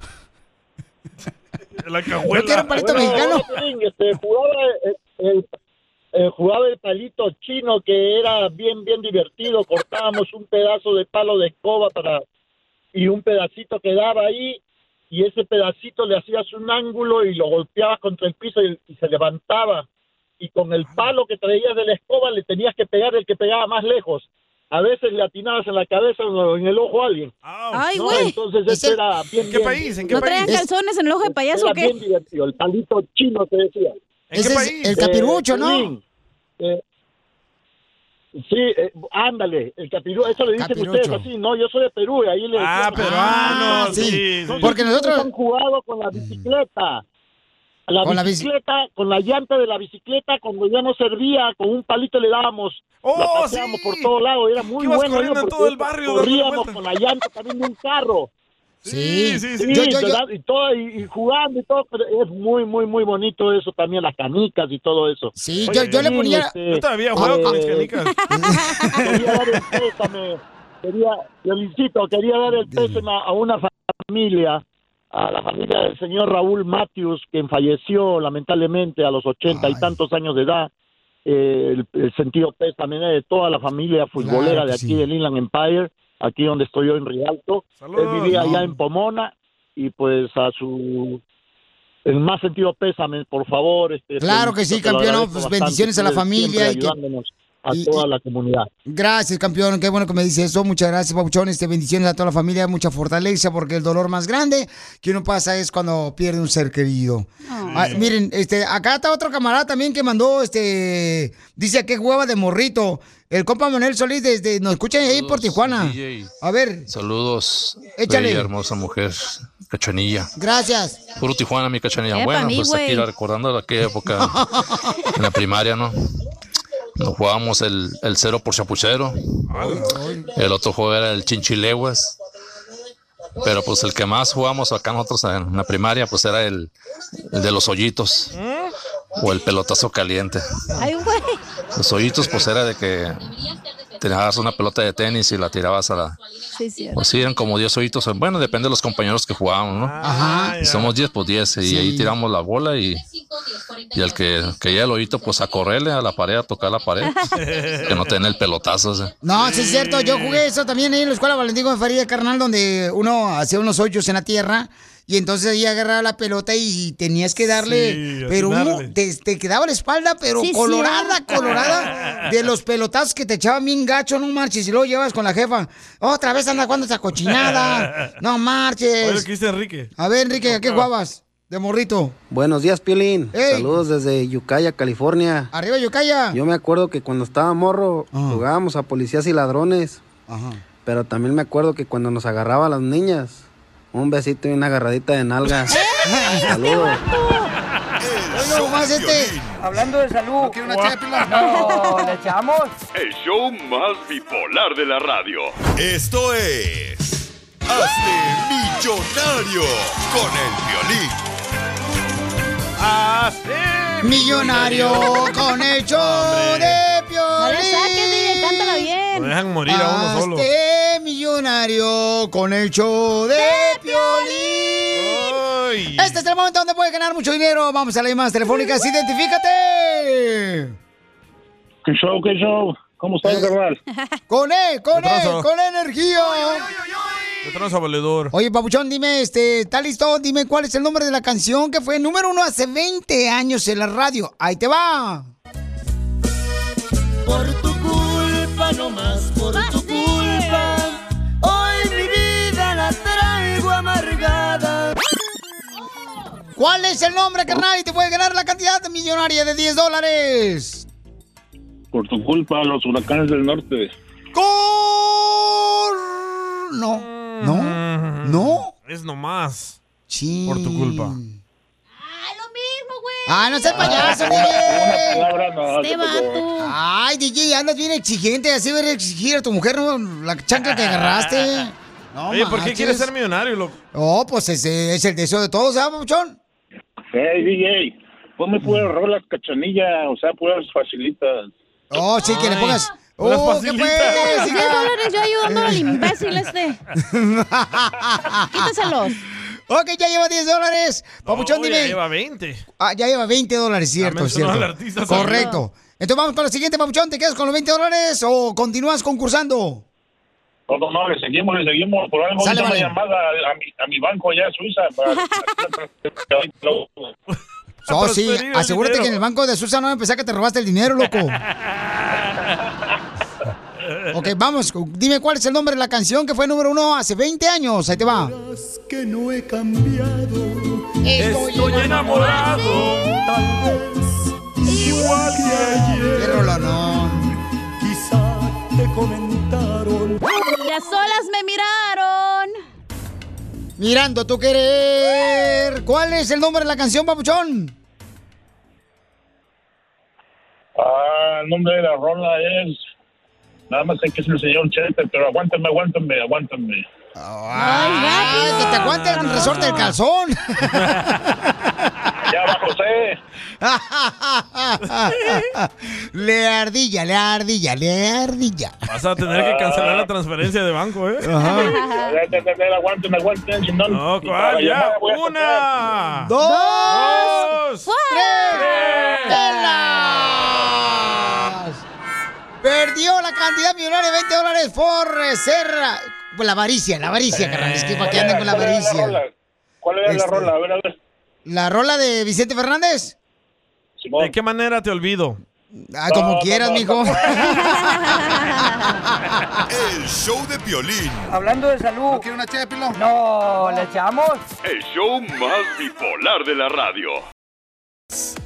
Speaker 2: La
Speaker 1: cajuela. ¿No que era un palito mexicano?
Speaker 21: este, jugaba, el, el- eh, jugaba el palito chino que era bien, bien divertido. Cortábamos un pedazo de palo de escoba para, y un pedacito quedaba ahí y ese pedacito le hacías un ángulo y lo golpeabas contra el piso y, y se levantaba. Y con el palo que traías de la escoba le tenías que pegar el que pegaba más lejos. A veces le atinabas en la cabeza o en el ojo a alguien.
Speaker 5: Ay,
Speaker 21: No,
Speaker 5: güey.
Speaker 21: Entonces eso era bien, bien-
Speaker 5: ¿No traían calzones en el ojo de payaso o
Speaker 21: era bien
Speaker 5: qué?
Speaker 21: divertido, el palito chino te decía.
Speaker 1: ¿En Ese qué es país? el capirucho, ¿no?
Speaker 21: Piolín, eh, sí, eh, ándale, el capirucho, eso le dicen
Speaker 1: Capirucho.
Speaker 21: ustedes así, no, yo soy de Perú, y ahí le
Speaker 2: Ah,
Speaker 21: decían-
Speaker 2: peruano, sí, sí, sí.
Speaker 1: Porque nosotros- Mm.
Speaker 21: han jugado con la bicicleta. La
Speaker 1: Con la bici-
Speaker 21: bicicleta, con la llanta de la bicicleta, cuando ya no servía, con un palito le dábamos, la
Speaker 2: ¡Oh,
Speaker 21: paseábamos
Speaker 2: sí!
Speaker 21: por todos lados, era muy
Speaker 2: Que ibas
Speaker 21: bueno.
Speaker 2: corriendo en
Speaker 21: porque
Speaker 2: todo el barrio dándole
Speaker 21: Corríamos
Speaker 2: vueltas.
Speaker 21: con la llanta también de un carro.
Speaker 1: Sí, sí, sí.
Speaker 21: Sí,
Speaker 1: Yo- yo- yo-
Speaker 21: ¿verdad? Y, todo, y, y jugando y todo, pero es muy, muy, muy bonito eso también, las canicas y todo eso.
Speaker 1: Sí, yo- yo le ponía- este, Yo todavía juego con mis canicas.
Speaker 21: quería dar el pésame, quería, Violincito, quería dar el pésame a una familia, a la familia del señor Raúl Matthews, quien falleció lamentablemente a los ochenta y tantos años de edad. Eh, el, el sentido pésame de toda la familia futbolera
Speaker 19: Claro que
Speaker 21: de aquí
Speaker 19: sí.
Speaker 21: del Inland Empire, aquí donde estoy yo en Rialto. Él vivía
Speaker 19: no.
Speaker 21: allá en Pomona y pues a su en más sentido pésame, por favor. este,
Speaker 1: Claro que sí,
Speaker 21: te lo
Speaker 1: campeón, no,
Speaker 21: agradezco
Speaker 1: pues,
Speaker 21: bastante,
Speaker 1: bendiciones a la
Speaker 21: ustedes siempre
Speaker 1: familia y que-
Speaker 21: ayudándonos a
Speaker 1: y-
Speaker 21: toda la comunidad.
Speaker 1: Gracias, campeón. Qué bueno que me dice eso. Muchas gracias, Pabuchón. Este, bendiciones a toda la familia, mucha fortaleza, porque el dolor más grande que uno pasa es cuando pierde un ser querido. Ah, miren, este, acá está otro camarada también que mandó, este, dice que jugaba de morrito. El compa Manuel Solís, desde, nos escuchan ahí por Tijuana.
Speaker 22: DJ.
Speaker 1: A ver,
Speaker 22: Saludos,
Speaker 1: Échale.
Speaker 22: bella, hermosa mujer, cachanilla.
Speaker 1: gracias.
Speaker 22: Puro Tijuana, mi cachanilla.
Speaker 1: Epa,
Speaker 22: bueno,
Speaker 1: mi
Speaker 22: pues
Speaker 1: güey.
Speaker 22: aquí la- recordando aquella época en la primaria, ¿no? Nos jugábamos el, el cero por chapuchero. El otro juego era el chinchileguas.
Speaker 18: Pero pues el que más jugamos acá nosotros en la primaria, pues era el, el de los hoyitos
Speaker 1: ¿Eh?
Speaker 18: o el pelotazo caliente.
Speaker 19: Ay, güey.
Speaker 18: Los hoyitos, pues era de que tirabas una pelota de tenis y la tirabas a la.
Speaker 19: Sí, sí.
Speaker 18: Pues sí, eran como 10 hoyitos. Bueno, depende de los compañeros que jugábamos, ¿no?
Speaker 19: Ajá.
Speaker 18: Y somos 10, pues 10. Y ahí tiramos la bola y. Y el que, que ya el hoyito, pues a correrle a la pared, a tocar la pared. que no tenga el pelotazo. o sea.
Speaker 1: No, sí es cierto, yo jugué eso también ahí en la escuela Valentín Gómez Farías, carnal, donde uno hacía unos hoyos en la tierra y entonces ahí agarraba la pelota y tenías que darle,
Speaker 19: Sí,
Speaker 1: pero uno
Speaker 19: atinarle.
Speaker 1: te, te quedaba la espalda, pero
Speaker 19: Sí,
Speaker 1: colorada,
Speaker 19: cierto.
Speaker 1: colorada, de los pelotazos que te echaban bien gacho, no marches, y luego llevas con la jefa, otra vez anda jugando esa cochinada, no
Speaker 2: Oye, lo
Speaker 1: marches.
Speaker 2: que dice Enrique.
Speaker 1: A ver, Enrique, ¿a qué jugabas? De morrito.
Speaker 4: Buenos días, Piolín.
Speaker 1: Ey.
Speaker 4: Saludos desde Yucaya, California.
Speaker 1: Arriba, Yucaya. Ah.
Speaker 4: Yo me acuerdo que cuando estaba morro jugábamos a policías y ladrones,
Speaker 1: Ajá.
Speaker 4: pero también me acuerdo que cuando nos agarraba a las niñas, un besito y una agarradita de nalgas. Saludos.
Speaker 1: Oye, más este.
Speaker 23: Hablando de salud. una No, ¿le echamos?
Speaker 7: El show más bipolar de la radio.
Speaker 6: Esto es. Hazte Millonario con el violín.
Speaker 23: Ah,
Speaker 1: Millonario con el show de
Speaker 5: No
Speaker 1: Piolín.
Speaker 5: la saques, DJ, cántala bien.
Speaker 2: Lo dejan morir a
Speaker 1: Ah,
Speaker 2: uno solo.
Speaker 1: Hazte millonario con el show de, Piolín. Este es el momento donde puedes ganar mucho dinero. Vamos a las llamadas telefónicas. ¡Identifícate!
Speaker 17: ¿Qué show, qué show? ¿Cómo estás, carnal?
Speaker 1: ¡Con E. él, con
Speaker 2: Atraso.
Speaker 1: él, con energía!
Speaker 2: Yo tranza, valedor.
Speaker 1: Oye, Papuchón, dime, este, ¿está listo? Dime cuál es el nombre de la canción que fue número uno hace 20 años en la radio. ¡Ahí te va!
Speaker 19: Por tu culpa no más, por tu culpa. Hoy mi vida la traigo amargada.
Speaker 1: ¿Cuál es el nombre, carnal? Y te puedes ganar la cantidad millonaria de 10 dólares.
Speaker 17: Por tu culpa, los huracanes del norte.
Speaker 1: Cor... No. ¿No? ¿No?
Speaker 2: Es nomás.
Speaker 1: Sí.
Speaker 2: Por tu culpa.
Speaker 1: Ah, no seas payaso,
Speaker 2: Ah,
Speaker 1: DJ.
Speaker 2: una palabra no,
Speaker 1: Este
Speaker 2: ¿qué pasó?
Speaker 1: vato. Ay, DJ, andas bien exigente. Así ver exigir a tu mujer, ¿no? La chancla que agarraste. No
Speaker 2: Oye, ¿por qué
Speaker 1: manches.
Speaker 2: quieres ser millonario, loco?
Speaker 1: Oh, pues ese es el deseo de todos, ¿sabes, Papuchón?
Speaker 17: Hey, DJ, ponme puras
Speaker 1: Mm.
Speaker 17: rolas cachanilla, o sea, puras facilitas.
Speaker 1: Oh, sí, que le pongas.
Speaker 17: unas
Speaker 1: Oh, ¿qué
Speaker 17: facilitas.
Speaker 1: pues,
Speaker 5: $10
Speaker 1: hija?
Speaker 5: dólares yo ayudándole
Speaker 1: Eh.
Speaker 5: al imbécil este. Quítaselos.
Speaker 1: Ok, ya lleva 10 dólares. Papuchón,
Speaker 2: Uy,
Speaker 1: dime.
Speaker 2: Oh, ya lleva 20.
Speaker 1: Ah, ya lleva 20 dólares,
Speaker 2: Ya
Speaker 1: cierto,
Speaker 2: mencionó
Speaker 1: cierto.
Speaker 2: al artista, señor.
Speaker 1: Correcto. Entonces vamos con la siguiente, Papuchón. ¿Te quedas con los 20 dólares o continúas concursando?
Speaker 17: No, no, no, le seguimos, le seguimos. Por algo
Speaker 1: Sale,
Speaker 17: hice una
Speaker 1: vale.
Speaker 17: llamada a, a mi, a mi banco allá en Suiza. Para...
Speaker 1: Oh, sí,
Speaker 17: transferir Ah, el
Speaker 1: asegúrate
Speaker 17: dinero.
Speaker 1: que en el banco de Susa no va a empezar que te robaste el dinero, loco. ok, vamos. Dime cuál es el nombre de la canción que fue número uno hace 20 años. Ahí te va.
Speaker 19: Que no he cambiado.
Speaker 2: Estoy enamorado.
Speaker 19: Tal vez igual que ayer. Quizá te comentaron.
Speaker 5: Y a solas me miraron.
Speaker 1: Mirando tu querer. ¿Cuál es el nombre de la canción, Papuchón?
Speaker 17: Ah, el nombre de la rola es... Nada más sé que es el señor Chester, pero aguántame, aguántame, aguántame.
Speaker 1: Ay, pues, que te aguante el resorte del calzón.
Speaker 17: Allá va José.
Speaker 1: le ardilla, le ardilla, le ardilla.
Speaker 2: Vas a tener que cancelar la transferencia de banco, ¿eh?
Speaker 1: Ajá.
Speaker 17: Aguántame, aguántame. si No,
Speaker 2: No,
Speaker 17: y para la
Speaker 2: ¿cuál? Ya.
Speaker 17: llamada voy a
Speaker 2: Una.
Speaker 1: Dos.
Speaker 2: Tres.
Speaker 1: Perdió la cantidad millonaria de 20 dólares por eh, ser ah, pues, la avaricia, la
Speaker 2: Eh.
Speaker 1: avaricia, carnal. Es que para qué andan con la
Speaker 17: ¿Cuál era la
Speaker 1: avaricia.
Speaker 17: rola? ¿Cuál era la
Speaker 1: Este.
Speaker 17: rola? A ver, a ver.
Speaker 1: La rola de Vicente Fernández.
Speaker 2: ¿De qué manera te olvido?
Speaker 1: Ah, como
Speaker 2: No,
Speaker 1: quieras,
Speaker 2: no, no,
Speaker 1: mijo.
Speaker 6: El show de violín.
Speaker 23: Hablando de salud. ¿Quiere una chépilo? No, ¿le echamos?
Speaker 7: El show más bipolar de la radio.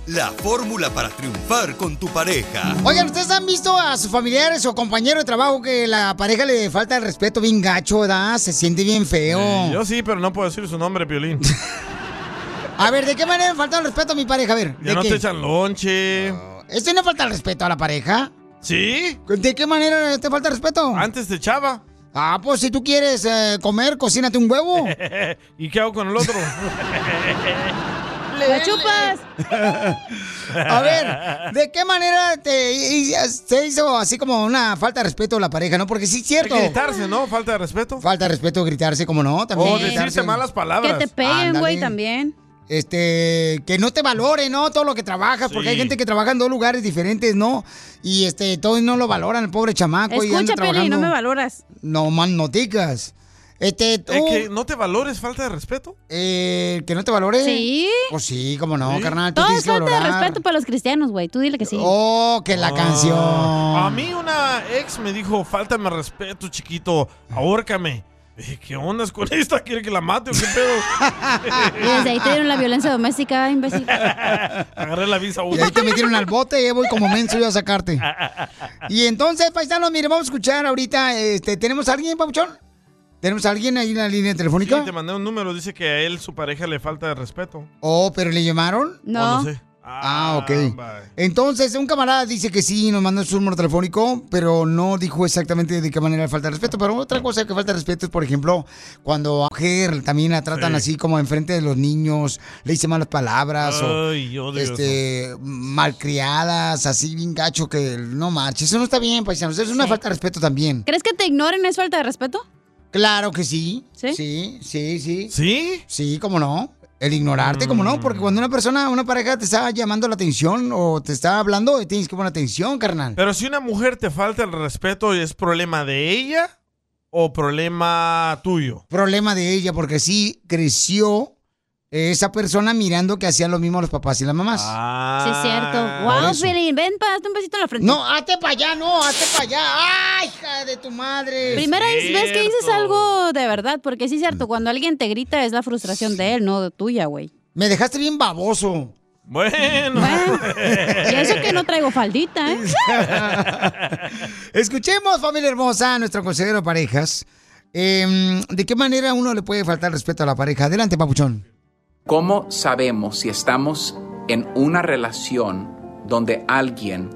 Speaker 6: La fórmula para triunfar con tu pareja.
Speaker 1: Oigan, ¿ustedes han visto a sus familiares o compañeros de trabajo que la pareja le falta el respeto bien gacho, ¿verdad? Se siente bien feo.
Speaker 2: Eh, yo sí, pero no puedo decir su nombre, Piolín.
Speaker 1: A ver, ¿de qué manera le falta el respeto a mi pareja? A ver,
Speaker 2: Ya
Speaker 1: ¿de
Speaker 2: no
Speaker 1: qué? ¿este
Speaker 2: te echan lonche.
Speaker 1: ¿Esto no falta el respeto a la pareja?
Speaker 2: ¿Sí?
Speaker 1: ¿De qué manera te falta el respeto?
Speaker 2: Antes te echaba.
Speaker 1: Ah, pues si tú quieres eh, comer, cocínate un huevo.
Speaker 2: ¿Y qué hago con el otro?
Speaker 5: ¡La chupas!
Speaker 1: A ver, ¿de qué manera te y- y- se hizo así como una falta de respeto a la pareja, no? Porque sí es cierto.
Speaker 2: Hay que gritarse, ¿no? Falta de respeto.
Speaker 1: Falta de respeto gritarse, como no, también.
Speaker 2: O decirse malas palabras.
Speaker 5: Que te peguen, güey,
Speaker 1: Ándale.
Speaker 5: también.
Speaker 1: Este, que no te valore, ¿no? Todo lo que trabajas, porque
Speaker 5: Sí.
Speaker 1: hay gente que trabaja en dos lugares diferentes, ¿no? Y este, todos no lo valoran, el pobre chamaco. y anda
Speaker 5: Escucha, Peli, no
Speaker 1: trabajando.
Speaker 5: me valoras.
Speaker 1: No, man, no digas. Este, tú.
Speaker 2: Eh, que no te valores, falta de respeto.
Speaker 1: eh, que no te valore.
Speaker 5: Sí.
Speaker 1: Pues sí, cómo no,
Speaker 2: Sí.
Speaker 1: carnal. Tú
Speaker 5: Todo
Speaker 1: tienes
Speaker 5: es
Speaker 1: que
Speaker 5: falta de
Speaker 1: valorar.
Speaker 5: respeto para los cristianos, güey. Tú dile que sí.
Speaker 1: Oh, que la canción.
Speaker 2: A mí una ex me dijo, faltame respeto, chiquito, ahórcame. Dije, ¿qué onda es con esta? ¿Quiere que la mate o qué
Speaker 5: Y desde ahí te
Speaker 2: pedo?
Speaker 5: dieron la violencia doméstica, imbécil.
Speaker 2: Agarré la visa
Speaker 1: Y ahí te metieron al bote y ahí voy como menso yo a sacarte.
Speaker 2: Ah,
Speaker 1: Y entonces, paisanos, mire, vamos a escuchar ahorita. Este, ¿Tenemos a alguien, Papuchón? ¿Tenemos a alguien ahí en la línea telefónica?
Speaker 2: Sí, te mandé un número, dice que a él, su pareja, le falta de respeto.
Speaker 1: Oh, pero le llamaron.
Speaker 2: No. Oh, no sé.
Speaker 1: Ah, ok. Entonces, un camarada dice que sí, nos mandó su número telefónico, pero no dijo exactamente de qué manera le falta de respeto. Pero otra cosa que falta de respeto es, por ejemplo, cuando a mujer también la tratan
Speaker 2: Sí.
Speaker 1: así como enfrente de los niños, le dicen malas palabras
Speaker 2: Ay, yo
Speaker 1: o
Speaker 2: odio
Speaker 1: este, malcriadas, así bien gacho, que no marches. Eso no está bien, paisanos. Es una falta de respeto también.
Speaker 5: ¿Crees que te ignoren es falta de respeto?
Speaker 1: Claro que sí. ¿Sí? Sí, sí, sí.
Speaker 2: ¿Sí?
Speaker 1: cómo no. El ignorarte, cómo no. Porque cuando una persona, una pareja te está llamando la atención o te está hablando, tienes que poner atención, carnal.
Speaker 2: Pero si una mujer te falta el respeto, ¿es problema de ella o problema Ah, tuyo?
Speaker 1: Problema de ella, porque sí creció eh, esa persona mirando que hacían lo mismo los papás y las mamás.
Speaker 2: Ah.
Speaker 5: Sí, es cierto.
Speaker 1: Ah. Por
Speaker 5: wow,
Speaker 1: eso.
Speaker 5: Pelín, ven, pa, date un besito en la frente.
Speaker 1: No, hazte para allá, no, hazte para allá. ¡Ay, hija de Mm. tu madre!
Speaker 5: Primera vez ves que dices algo de verdad, porque sí es cierto, cuando alguien te grita es la frustración de él, no tuya, güey.
Speaker 1: Me dejaste bien baboso.
Speaker 2: Bueno.
Speaker 5: Y eso que no traigo faldita, ¿eh?
Speaker 1: Escuchemos, familia hermosa, a nuestro consejero de parejas. Em, ¿De qué manera uno le puede faltar respeto a la pareja? Adelante, papuchón.
Speaker 24: ¿Cómo sabemos si estamos en una relación donde alguien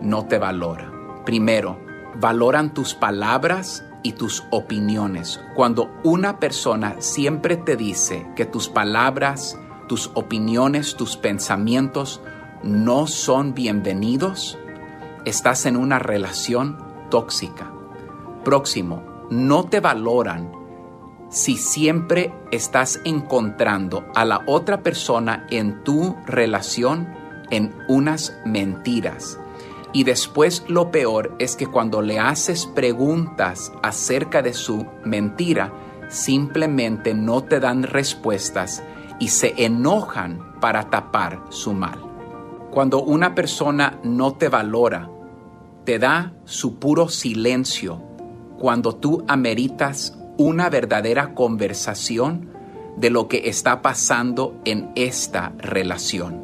Speaker 24: no te valora? Primero, valoran tus palabras y tus opiniones. Cuando una persona siempre te dice que tus palabras, tus opiniones, tus pensamientos no son bienvenidos, estás en una relación tóxica. Próximo, no te valoran si siempre estás encontrando a la otra persona en tu relación en unas mentiras. Y después lo peor es que cuando le haces preguntas acerca de su mentira, simplemente no te dan respuestas y se enojan para tapar su mal. Cuando una persona no te valora, te da su puro silencio cuando tú ameritas una verdadera conversación de lo que está pasando en esta relación.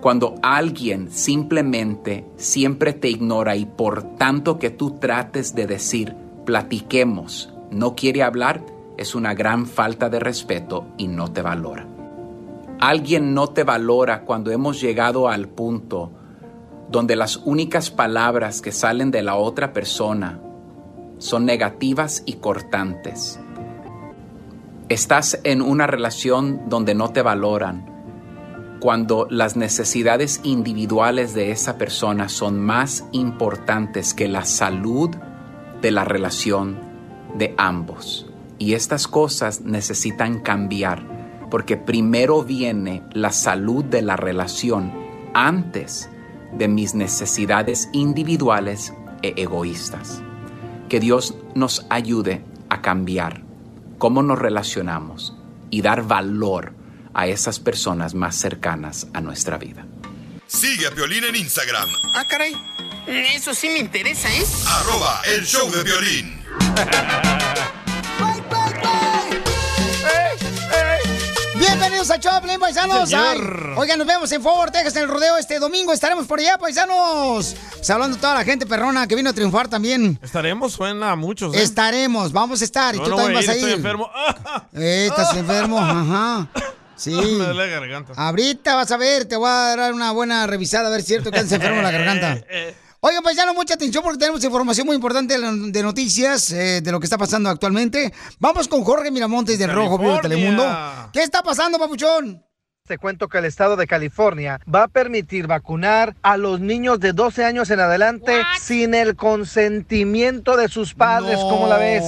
Speaker 24: Cuando alguien simplemente siempre te ignora y por tanto que tú trates de decir platiquemos, no quiere hablar, es una gran falta de respeto y no te valora. Alguien no te valora cuando hemos llegado al punto donde las únicas palabras que salen de la otra persona son negativas y cortantes. Estás en una relación donde no te valoran, cuando las necesidades individuales de esa persona son más importantes que la salud de la relación de ambos. Y estas cosas necesitan cambiar, porque primero viene la salud de la relación antes de mis necesidades individuales e egoístas. Que Dios nos ayude a cambiar cómo nos relacionamos y dar valor a esas personas más cercanas a nuestra vida.
Speaker 6: Sigue a Piolín en Instagram,
Speaker 19: Ah, caray. Eso sí me interesa, ¿eh?
Speaker 6: arroba el show de violín.
Speaker 1: Bienvenidos a Choplin, paisanos.
Speaker 18: Señor.
Speaker 1: Ay, oigan, nos vemos en Fort Worth, Texas, en el rodeo este domingo. Estaremos por allá, paisanos. Saludando a toda la gente perrona que vino a triunfar también.
Speaker 2: Estaremos, suena a muchos. ¿eh?
Speaker 1: Estaremos, vamos a estar. Y
Speaker 2: Yo
Speaker 1: tú
Speaker 2: no voy
Speaker 1: también
Speaker 2: a
Speaker 1: vas a
Speaker 2: ir,
Speaker 1: ir.
Speaker 2: estoy enfermo.
Speaker 1: Eh, estás enfermo, ajá. Sí.
Speaker 2: Me duele la garganta.
Speaker 1: Ah,
Speaker 2: Eh,
Speaker 1: Ahorita vas a ver, te voy a dar una buena revisada a ver si es cierto que andas enfermo en la garganta. Oigan, paisano, mucha atención porque tenemos información muy importante de la- de noticias, eh, de lo que está pasando actualmente. Vamos con Jorge Miramontes del Rojo Vivo de Telemundo. ¿Qué está pasando, papuchón?
Speaker 4: Te cuento que el estado de California va a permitir vacunar a los niños de 12 años en adelante sin el consentimiento de sus padres. ¿Cómo la ves?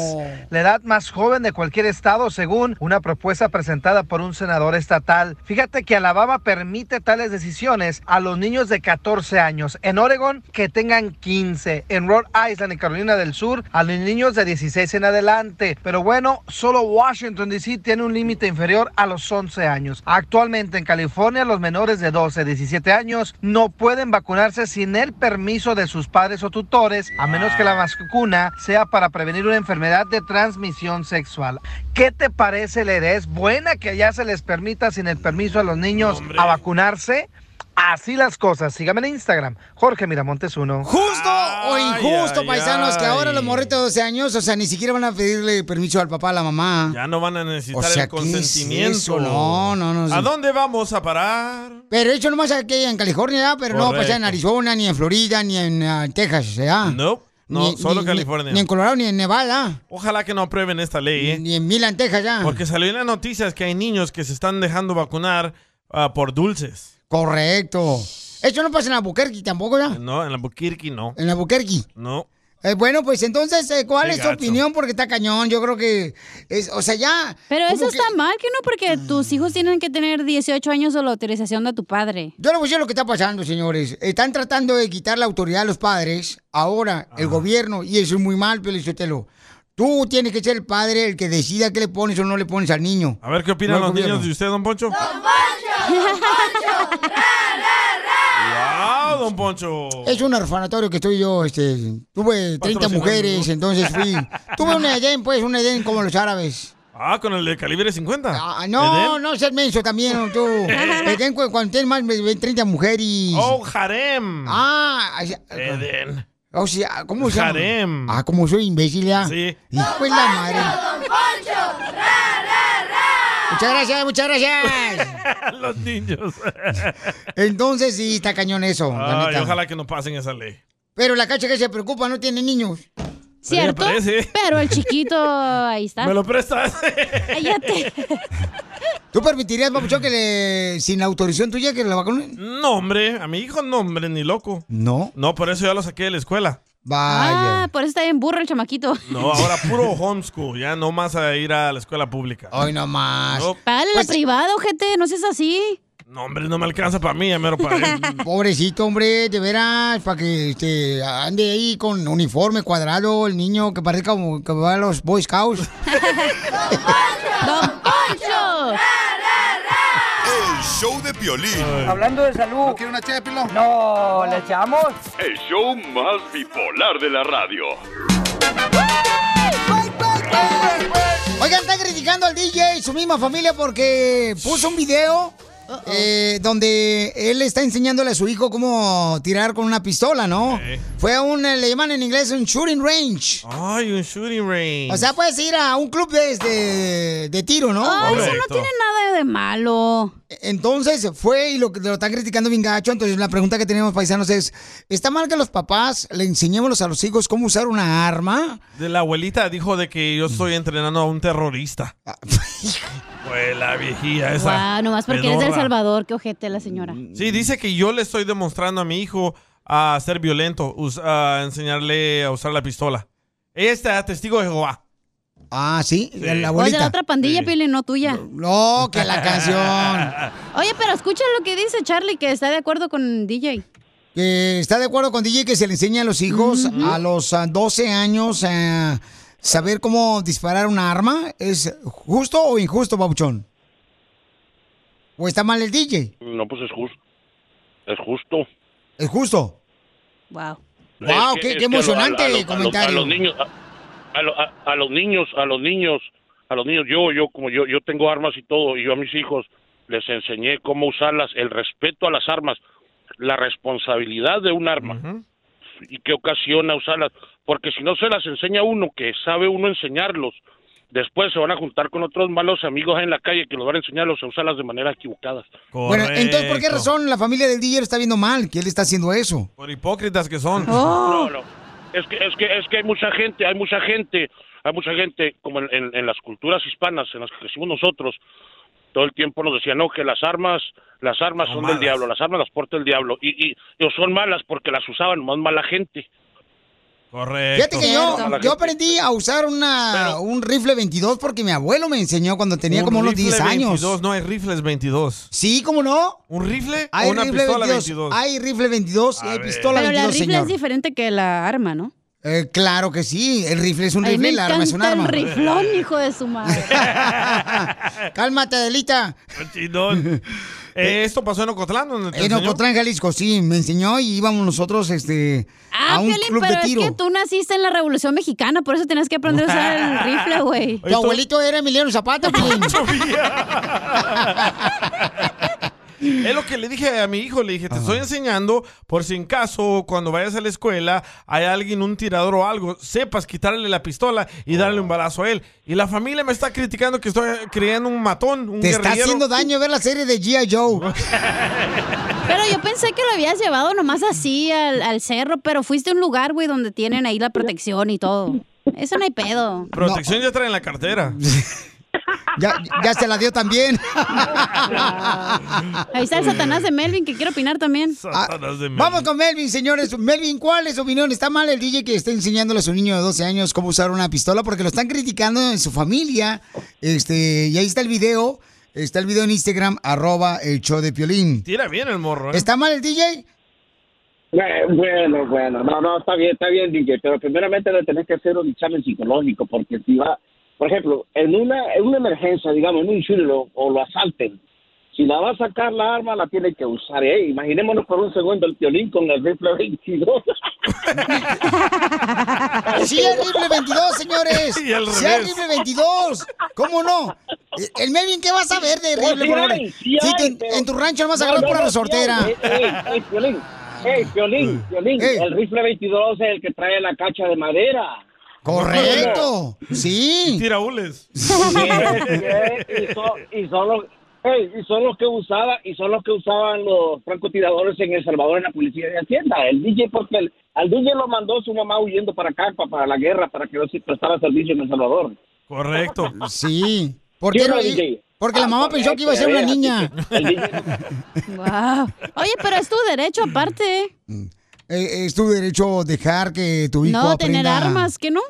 Speaker 4: La edad más joven de cualquier estado, según una propuesta presentada por un senador estatal. Fíjate que Alabama permite tales decisiones a los niños de 14 años. En Oregon, que tengan 15. En Rhode Island y Carolina del Sur, a los niños de 16 en adelante. Pero bueno, solo Washington DC tiene un límite inferior a los 11 años. Actualmente en California los menores de 12 a 17 años no pueden vacunarse sin el permiso de sus padres o tutores, a menos que la vacuna sea para prevenir una enfermedad de transmisión sexual. ¿Qué te parece, Lere? ¿Es buena que allá se les permita sin el permiso a los niños a vacunarse? Así las cosas. Sígame en Instagram, Jorge Miramontes 1.
Speaker 1: Justo o injusto,
Speaker 4: ay,
Speaker 1: paisanos, que ahora
Speaker 4: ay.
Speaker 1: los morritos de 12 años, o sea, ni siquiera van a pedirle permiso al papá, a la mamá.
Speaker 2: Ya no van a necesitar
Speaker 1: O sea,
Speaker 2: el
Speaker 1: ¿qué es
Speaker 2: consentimiento.
Speaker 1: eso? No, no, no,
Speaker 2: ¿A
Speaker 1: sí.
Speaker 2: dónde vamos a parar?
Speaker 1: Pero eso nomás aquí en California, ¿verdad? pero no, pues
Speaker 2: Correcto.
Speaker 1: en Arizona, ni en Florida, ni en ah, Texas, ¿verdad?
Speaker 2: No, no,
Speaker 1: Ni-
Speaker 2: solo
Speaker 1: ni-
Speaker 2: California.
Speaker 1: Ni en Colorado, ni en Nevada.
Speaker 2: Ojalá que no aprueben esta ley, ¿eh?
Speaker 1: Ni en Milan, Texas, ya.
Speaker 2: Porque salió en las noticias que hay niños que se están dejando vacunar ah, por dulces.
Speaker 1: Correcto. Eso no pasa en Albuquerque tampoco, ¿ya?
Speaker 2: No, en la Buquirqui no.
Speaker 1: En Albuquerque.
Speaker 2: No.
Speaker 1: Eh, bueno, pues entonces, eh, ¿cuál
Speaker 2: Qué
Speaker 1: es tu
Speaker 2: gacho.
Speaker 1: opinión? Porque está cañón, yo creo que, es, o sea, ya...
Speaker 5: Pero
Speaker 1: como
Speaker 5: eso
Speaker 1: que-
Speaker 5: está mal, que no, porque tus hijos tienen que tener 18 años o la autorización de tu padre.
Speaker 1: Yo le voy a decir lo que está pasando, señores. Están tratando de quitar la autoridad a los padres, ahora el gobierno, y eso es muy mal, Pelizotelo. Tú tienes que ser el padre el que decida qué le pones o no le pones al niño.
Speaker 2: A ver qué opinan
Speaker 1: No,
Speaker 2: los
Speaker 1: gobierno.
Speaker 2: niños de usted, don Poncho. ¡Wow, don Poncho!
Speaker 1: Es un orfanatorio que estoy yo, este, tuve 30 mujeres, entonces fui. Tuve un Edén, pues, un Edén como los árabes.
Speaker 2: Ah, con el de calibre 50.
Speaker 1: Ah, no,
Speaker 2: ¿Edén?
Speaker 1: no seas menso también, tú. Edén cu- cuando tienes más de 30 mujeres.
Speaker 2: Oh, harem.
Speaker 1: Ah, ay,
Speaker 2: Edén.
Speaker 1: o sea, ¿cómo se llama?
Speaker 2: Harem.
Speaker 1: Ah, como soy imbécil, ya.
Speaker 2: Sí.
Speaker 1: Hijo de la madre. Muchas gracias, muchas gracias.
Speaker 2: los niños.
Speaker 1: Entonces sí, está cañón eso. la
Speaker 2: Ay,
Speaker 1: neta.
Speaker 2: ojalá que no pasen esa ley.
Speaker 1: Pero la cacha que se preocupa no tiene niños.
Speaker 5: ¿Cierto?
Speaker 2: Pero pues, ya parece.
Speaker 5: Pero el chiquito, ahí está.
Speaker 2: ¿Me lo prestas?
Speaker 5: Cállate.
Speaker 1: ¿Tú permitirías, papuchón, que le, Eh, sin la autorización tuya que la vacunen?
Speaker 2: No, hombre. A mi hijo no, hombre, ni loco.
Speaker 1: No.
Speaker 2: No, por eso ya lo saqué de la escuela.
Speaker 5: Ah, por eso está bien burro el chamaquito.
Speaker 2: No, ahora puro homeschool. Ya no más a ir a la escuela pública.
Speaker 1: Ay, no más.
Speaker 2: No,
Speaker 5: Págale la privada, ojete, no seas así.
Speaker 2: no, hombre, no me alcanza para mí, ya mero para él.
Speaker 1: Pobrecito, hombre, de veras, para que este, ande ahí con uniforme cuadrado el niño que parezca como que va a los Boy Scouts.
Speaker 5: ¡Don Poncho!
Speaker 6: El show de Piolín.
Speaker 19: Hablando de salud. ¿No quiere una chépilo? No, ¿le echamos?
Speaker 7: El show más bipolar de la radio.
Speaker 1: Oigan, están criticando al DJ y su misma familia porque puso un video eh, donde él está enseñándole a su hijo cómo tirar con una pistola, ¿no? Fue a un, eh, le llaman en inglés un shooting range.
Speaker 2: Ay, un shooting range.
Speaker 1: O sea, puedes ir a un club de, de- de tiro, ¿no?
Speaker 5: Ay, eso no tiene nada de malo.
Speaker 1: Entonces fue y lo, que- lo están criticando bien gacho. Entonces la pregunta que tenemos, paisanos, es, ¿está mal que los papás le enseñemos a los hijos cómo usar una arma?
Speaker 2: De la abuelita dijo de que yo estoy entrenando a un terrorista.
Speaker 1: Ah.
Speaker 2: Pues la viejía esa. Mm,
Speaker 5: Guau, nomás porque eres de El
Speaker 2: pedorra.
Speaker 5: Salvador, qué ojete la señora.
Speaker 2: Sí, dice que yo le estoy demostrando a mi hijo a ser violento, us- a enseñarle a usar la pistola. Ella está testigo de Jehová.
Speaker 1: Ah, sí,
Speaker 2: Sí. la
Speaker 5: O es de la otra pandilla, Piolín, no tuya.
Speaker 1: No, que la canción.
Speaker 5: Oye, pero escucha lo que dice Charlie, que está de acuerdo con DJ.
Speaker 1: que está de acuerdo con DJ que se le enseña a los hijos a los ah, 12 años a saber cómo disparar una arma. ¿Es justo o injusto, Babuchón? ¿O está mal el DJ?
Speaker 12: No, pues es justo. Es justo.
Speaker 1: ¿Es justo?
Speaker 5: Wow.
Speaker 1: Wow,
Speaker 12: Es
Speaker 1: qué-
Speaker 12: es
Speaker 1: qué
Speaker 12: a lo-
Speaker 1: emocionante
Speaker 12: a lo- a lo-
Speaker 1: comentario.
Speaker 12: A los niños, a, a lo- a- a los niños, a los niños, a los niños. Yo, yo, como yo, yo tengo armas y todo, y yo a mis hijos les enseñé cómo usarlas, el respeto a las armas, la responsabilidad de un arma y qué ocasiona usarlas, porque si no se las enseña uno, que sabe uno enseñarlos, Después se van a juntar con otros malos amigos en la calle que los van a enseñar a usarlas de manera equivocada.
Speaker 1: Bueno, entonces, ¿por qué razón la familia del DJ lo está viendo mal? que él está haciendo eso?
Speaker 2: Por hipócritas que son.
Speaker 12: No, no. Es que, es que, es que hay mucha gente, hay mucha gente, hay mucha gente, como en, en- en las culturas hispanas en las que crecimos nosotros, todo el tiempo nos decían, no, que las armas, las armas son del diablo, las armas las porta el diablo, y, y, y son malas porque las usaban más mala gente.
Speaker 2: Correcto.
Speaker 1: Fíjate que yo, yo aprendí a usar una, un rifle 22 porque mi abuelo me enseñó cuando tenía
Speaker 2: Un
Speaker 1: como unos
Speaker 2: rifle
Speaker 1: 10 años.
Speaker 2: 22, no hay rifles 22.
Speaker 1: Sí, ¿cómo no?
Speaker 2: ¿Un rifle
Speaker 1: Hay
Speaker 2: o una
Speaker 1: rifle
Speaker 2: pistola
Speaker 1: 22,
Speaker 2: 22?
Speaker 1: Hay rifle 22
Speaker 2: Ah,
Speaker 1: y hay pistola
Speaker 5: Pero
Speaker 1: 22,
Speaker 5: la rifle
Speaker 1: señor.
Speaker 5: es diferente que la arma, ¿no?
Speaker 1: Eh, claro que sí, el rifle es un
Speaker 5: Ay,
Speaker 1: rifle,
Speaker 5: me
Speaker 1: el arma es un
Speaker 5: encanta
Speaker 1: arma.
Speaker 5: el riflón, hijo de su madre.
Speaker 1: Cálmate, Adelita.
Speaker 2: Chidón. Eh, esto pasó en Ocotlán, donde te
Speaker 1: En
Speaker 2: enseñó?
Speaker 1: Ocotlán, Jalisco, sí, me enseñó y íbamos nosotros este,
Speaker 5: Ah,
Speaker 1: a un
Speaker 5: Piolín,
Speaker 1: club
Speaker 5: pero
Speaker 1: de tiro.
Speaker 5: es que tú naciste en la Revolución Mexicana, por eso tenías que aprender a usar el rifle, güey.
Speaker 1: Tu abuelito era Emiliano Zapata, Piolín.
Speaker 2: Es lo que le dije a mi hijo, le dije, te estoy enseñando por si en caso, cuando vayas a la escuela, hay alguien, un tirador o algo, sepas quitarle la pistola y
Speaker 1: Oh.
Speaker 2: darle un balazo a él. Y la familia me está criticando que estoy creando un matón, un
Speaker 1: Te está
Speaker 2: guerrillero.
Speaker 1: haciendo daño ver la serie de G.I. Joe.
Speaker 5: Pero yo pensé que lo habías llevado nomás así al, al cerro, pero fuiste a un lugar, güey, donde tienen ahí la protección y todo. Eso no hay pedo.
Speaker 2: Protección ya trae en la cartera.
Speaker 1: Ya, ya se la dio también.
Speaker 5: Ahí está el Satanás de Melvin, que quiero opinar también.
Speaker 2: Satanás de Melvin.
Speaker 1: Vamos con Melvin, señores. Melvin, ¿cuál es su opinión? ¿Está mal el DJ que está enseñándole a su niño de 12 años cómo usar una pistola? Porque lo están criticando en su familia. Este, y ahí está el video. Está el video en Instagram, arroba el show de Piolín.
Speaker 2: Tira bien el morro, ¿eh?
Speaker 1: ¿Está mal el DJ?
Speaker 11: Eh, Bueno, bueno, no, no, está bien, está bien, DJ, pero primeramente le tenés que hacer un examen psicológico, porque si va, por ejemplo, en una, en una emergencia, digamos, en un shooter o, o lo asalten, si la va a sacar la arma, la tiene que usar. Eh, imaginémonos por un segundo el violín con el rifle 22.
Speaker 1: Sí, el rifle 22, señores.
Speaker 11: Y al
Speaker 1: Sí, el
Speaker 11: revés.
Speaker 1: rifle 22. ¿Cómo no? Eh, El Melvin, ¿qué vas a ver de
Speaker 11: No,
Speaker 1: rifle?
Speaker 11: Pues sí
Speaker 1: por
Speaker 11: hay,
Speaker 1: favor?
Speaker 11: sí
Speaker 1: Sí,
Speaker 11: hay,
Speaker 1: que en,
Speaker 11: pero-
Speaker 1: en tu rancho vas a
Speaker 11: No,
Speaker 1: agarrar
Speaker 11: no,
Speaker 1: pura
Speaker 11: no,
Speaker 1: resortera.
Speaker 11: sí hay. eh, Ey, ey, Piolín, ey, Piolín, Piolín, el rifle 22 es el que trae la cacha de madera.
Speaker 1: Correcto. Sí.
Speaker 2: Tira hules.
Speaker 11: Yes, yes, y, son, y, son los, hey, y son los que usaba y son los que usaban los francotiradores en El Salvador en la policía de Hacienda. El DJ porque el, al DJ lo mandó su mamá huyendo para acá pa- para la guerra para que no se prestara servicio en El Salvador.
Speaker 2: Correcto.
Speaker 1: Sí. ¿Por qué
Speaker 11: o no,
Speaker 1: no-
Speaker 11: DJ?
Speaker 1: Porque la
Speaker 11: Ah,
Speaker 1: mamá pensó que iba a ser una
Speaker 11: correcto,
Speaker 1: niña.
Speaker 11: eh, El DJ
Speaker 5: Wow. Oye, pero es tu derecho aparte. ¿eh?
Speaker 1: Eh, es tu derecho dejar que tu hijo
Speaker 5: No tener
Speaker 1: aprenda.
Speaker 5: armas, ¿qué no?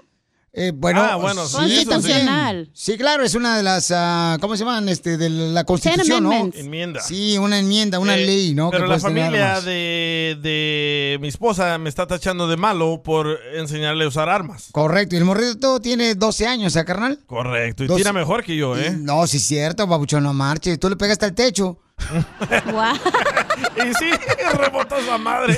Speaker 1: Eh, bueno,
Speaker 5: Ah, bueno, sí, eso sí. Constitucional.
Speaker 1: Sí, claro, es una de las, ah, ¿cómo se llaman? Este, de la Constitución, ¿no?
Speaker 2: amendments. Enmienda.
Speaker 1: Sí, una enmienda, una
Speaker 2: Eh,
Speaker 1: ley, ¿no?
Speaker 2: Pero
Speaker 1: que
Speaker 2: la
Speaker 1: puedes tener
Speaker 2: familia
Speaker 1: armas.
Speaker 2: de, de mi esposa me está tachando de malo por enseñarle a usar armas.
Speaker 1: Correcto, y el morrito tiene 12 años, ¿eh, carnal?
Speaker 2: Correcto. Y
Speaker 1: Dos-
Speaker 2: tira mejor que yo, ¿eh?
Speaker 1: No, sí es cierto, babuchón, no marche. Tú le pegaste al techo.
Speaker 2: Y sí, rebotó esa madre.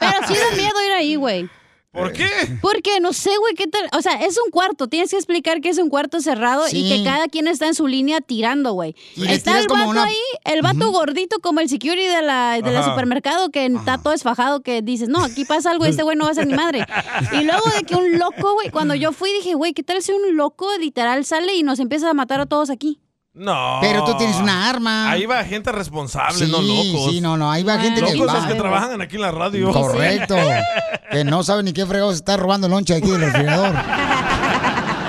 Speaker 5: Pero sí da miedo ir ahí, güey.
Speaker 2: ¿Por qué?
Speaker 5: Porque no sé, güey, qué tal. O sea, es un cuarto. Tienes que explicar que es un cuarto cerrado y
Speaker 25: Sí.
Speaker 5: que cada quien está en su línea tirando, güey.
Speaker 25: Y le
Speaker 5: Está
Speaker 25: tiras
Speaker 5: el
Speaker 25: como
Speaker 5: vato
Speaker 25: una-
Speaker 5: ahí, el vato gordito como el security de la, de la
Speaker 25: Ajá.
Speaker 5: supermercado que está todo desfajado, que dices, no, aquí pasa algo y este güey no va a ser ni madre. Y luego de que un loco, güey, cuando yo fui dije, güey, ¿qué tal si un loco literal sale y nos empieza a matar a todos aquí?
Speaker 2: No.
Speaker 1: Pero tú tienes una arma.
Speaker 2: Ahí va gente responsable,
Speaker 1: Sí,
Speaker 2: no locos.
Speaker 1: sí, no, no, ahí va gente que
Speaker 2: Locos
Speaker 1: va.
Speaker 2: los que trabajan aquí en la radio.
Speaker 1: Correcto. que no sabe ni qué fregado se está robando el lonche aquí del refrigerador.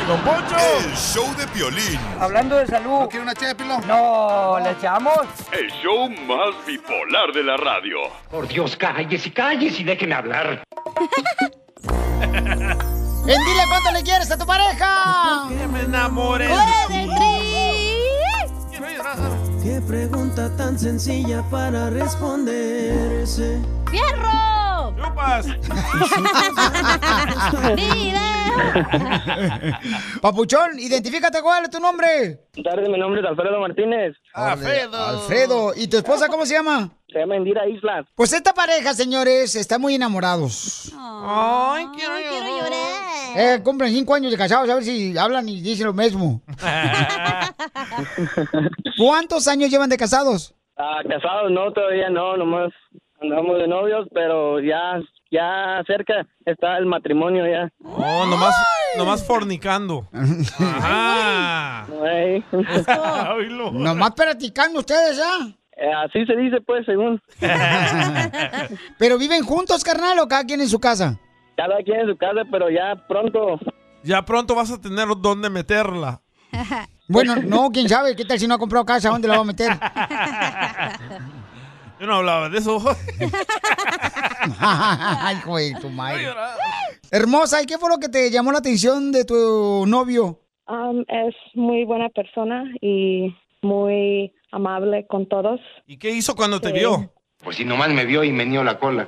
Speaker 6: El show de Piolín.
Speaker 19: Hablando de salud. ¿No quiere una ché de pilón? No, ¿le echamos?
Speaker 7: El show más bipolar de la radio.
Speaker 19: Por Dios, cállese, cállese y déjeme hablar.
Speaker 1: En dile cuánto le quieres a tu pareja.
Speaker 2: Que me enamoré.
Speaker 25: Qué pregunta tan sencilla para responderse.
Speaker 5: ¡Fierro!
Speaker 1: Papuchón, identifícate cuál es tu nombre.
Speaker 26: tardes, mi nombre es Alfredo Martínez.
Speaker 1: Alfredo. Alfredo. ¿Y tu esposa cómo se llama?
Speaker 26: Se llama Indira Islas.
Speaker 1: Pues esta pareja, señores, está muy enamorados.
Speaker 2: Ay, quiero,
Speaker 1: Eh, cumplen cinco años de casados, a ver si hablan y dicen lo mismo.
Speaker 26: Ah,
Speaker 1: ¿Cuántos años llevan de casados?
Speaker 26: Ah, casados, no, todavía no, nomás andamos de novios, pero ya, ya cerca está el matrimonio ya.
Speaker 2: No, nomás, nomás fornicando. Ajá.
Speaker 26: Ey.
Speaker 1: Nomás practicando ustedes, ¿ah?
Speaker 26: Eh, Así se dice, pues, según.
Speaker 1: ¿Pero viven juntos, carnal, o cada quien en su casa?
Speaker 26: Cada quien en su casa, pero ya pronto.
Speaker 2: Ya pronto vas a tener dónde meterla.
Speaker 1: Bueno, no, quién sabe, ¿qué tal si no ha comprado casa? ¿Dónde la va a meter?
Speaker 2: Yo no hablaba de eso.
Speaker 1: Ay, hijo de tu madre. Hermosa, ¿y qué fue lo que te llamó la atención de tu novio?
Speaker 3: Um, es muy buena persona y muy amable con todos.
Speaker 2: ¿Y qué hizo cuando te vio?
Speaker 13: Pues si nomás me vio y me nió la cola.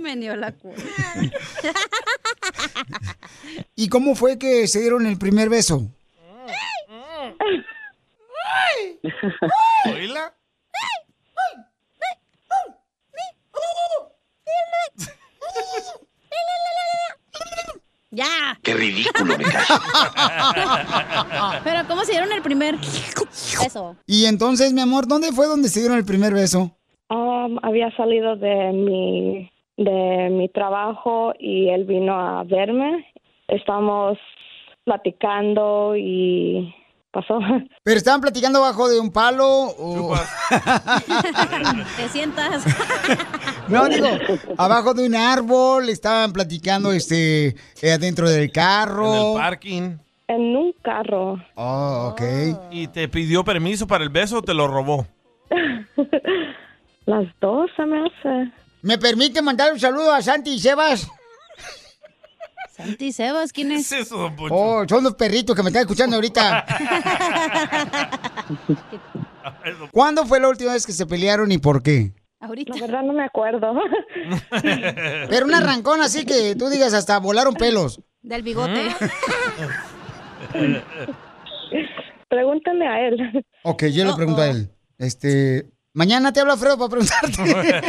Speaker 5: Me dio la cuenta.
Speaker 1: ¿Y cómo fue que se dieron el primer beso?
Speaker 2: ¿Oíla?
Speaker 5: Ya.
Speaker 13: Qué ridículo me
Speaker 5: Pero ¿cómo se dieron el primer Eso.
Speaker 1: Y entonces, mi amor, ¿dónde fue donde se dieron el primer beso?
Speaker 3: Um, había salido de mi, de mi trabajo y él vino a verme. Estamos platicando y pasó.
Speaker 1: ¿Pero estaban platicando bajo de un palo o...?
Speaker 5: Te sientas.
Speaker 1: No, digo, abajo de un árbol, estaban platicando este eh, adentro del carro.
Speaker 2: En el parking.
Speaker 3: En un carro.
Speaker 1: Oh, ok.
Speaker 2: ¿Y te pidió permiso para el beso o te lo robó?
Speaker 3: Las dos se me hace.
Speaker 1: ¿Me permite mandar un saludo a Santi y Sebas?
Speaker 5: Santi Sebas, ¿quién es?
Speaker 2: eso,
Speaker 1: Oh, son los perritos que me están escuchando ahorita. ¿Cuándo fue la última vez que se pelearon y por qué?
Speaker 5: Ahorita.
Speaker 3: La verdad no me acuerdo.
Speaker 1: Pero un arrancón así que tú digas hasta volaron pelos.
Speaker 5: Del bigote.
Speaker 1: ¿Eh?
Speaker 3: Pregúntale a él.
Speaker 1: Ok, yo le pregunto a él. Este, mañana te habla Alfredo para preguntarte.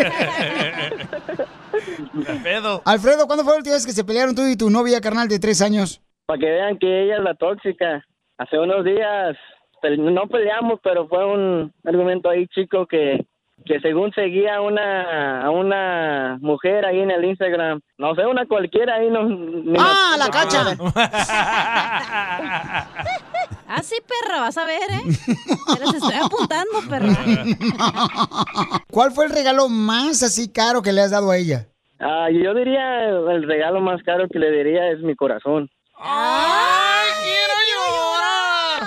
Speaker 2: Pedo.
Speaker 1: Alfredo, ¿cuándo fue la última vez que se pelearon tú y tu novia carnal de tres años?
Speaker 26: Para que vean que ella es la tóxica. Hace unos días pe- no peleamos, pero fue un argumento ahí chico que, que según seguía a una, a una mujer ahí en el Instagram. No sé, una cualquiera ahí. No, ni
Speaker 1: ¡Ah,
Speaker 26: me-
Speaker 1: la cacha!
Speaker 5: Ah, sí, perra, vas a ver, ¿eh? Te las estoy apuntando, perra.
Speaker 1: ¿Cuál fue el regalo más así caro que le has dado a ella?
Speaker 26: Ah, yo diría el, el regalo más caro que le diría es mi corazón.
Speaker 1: ¡Ay,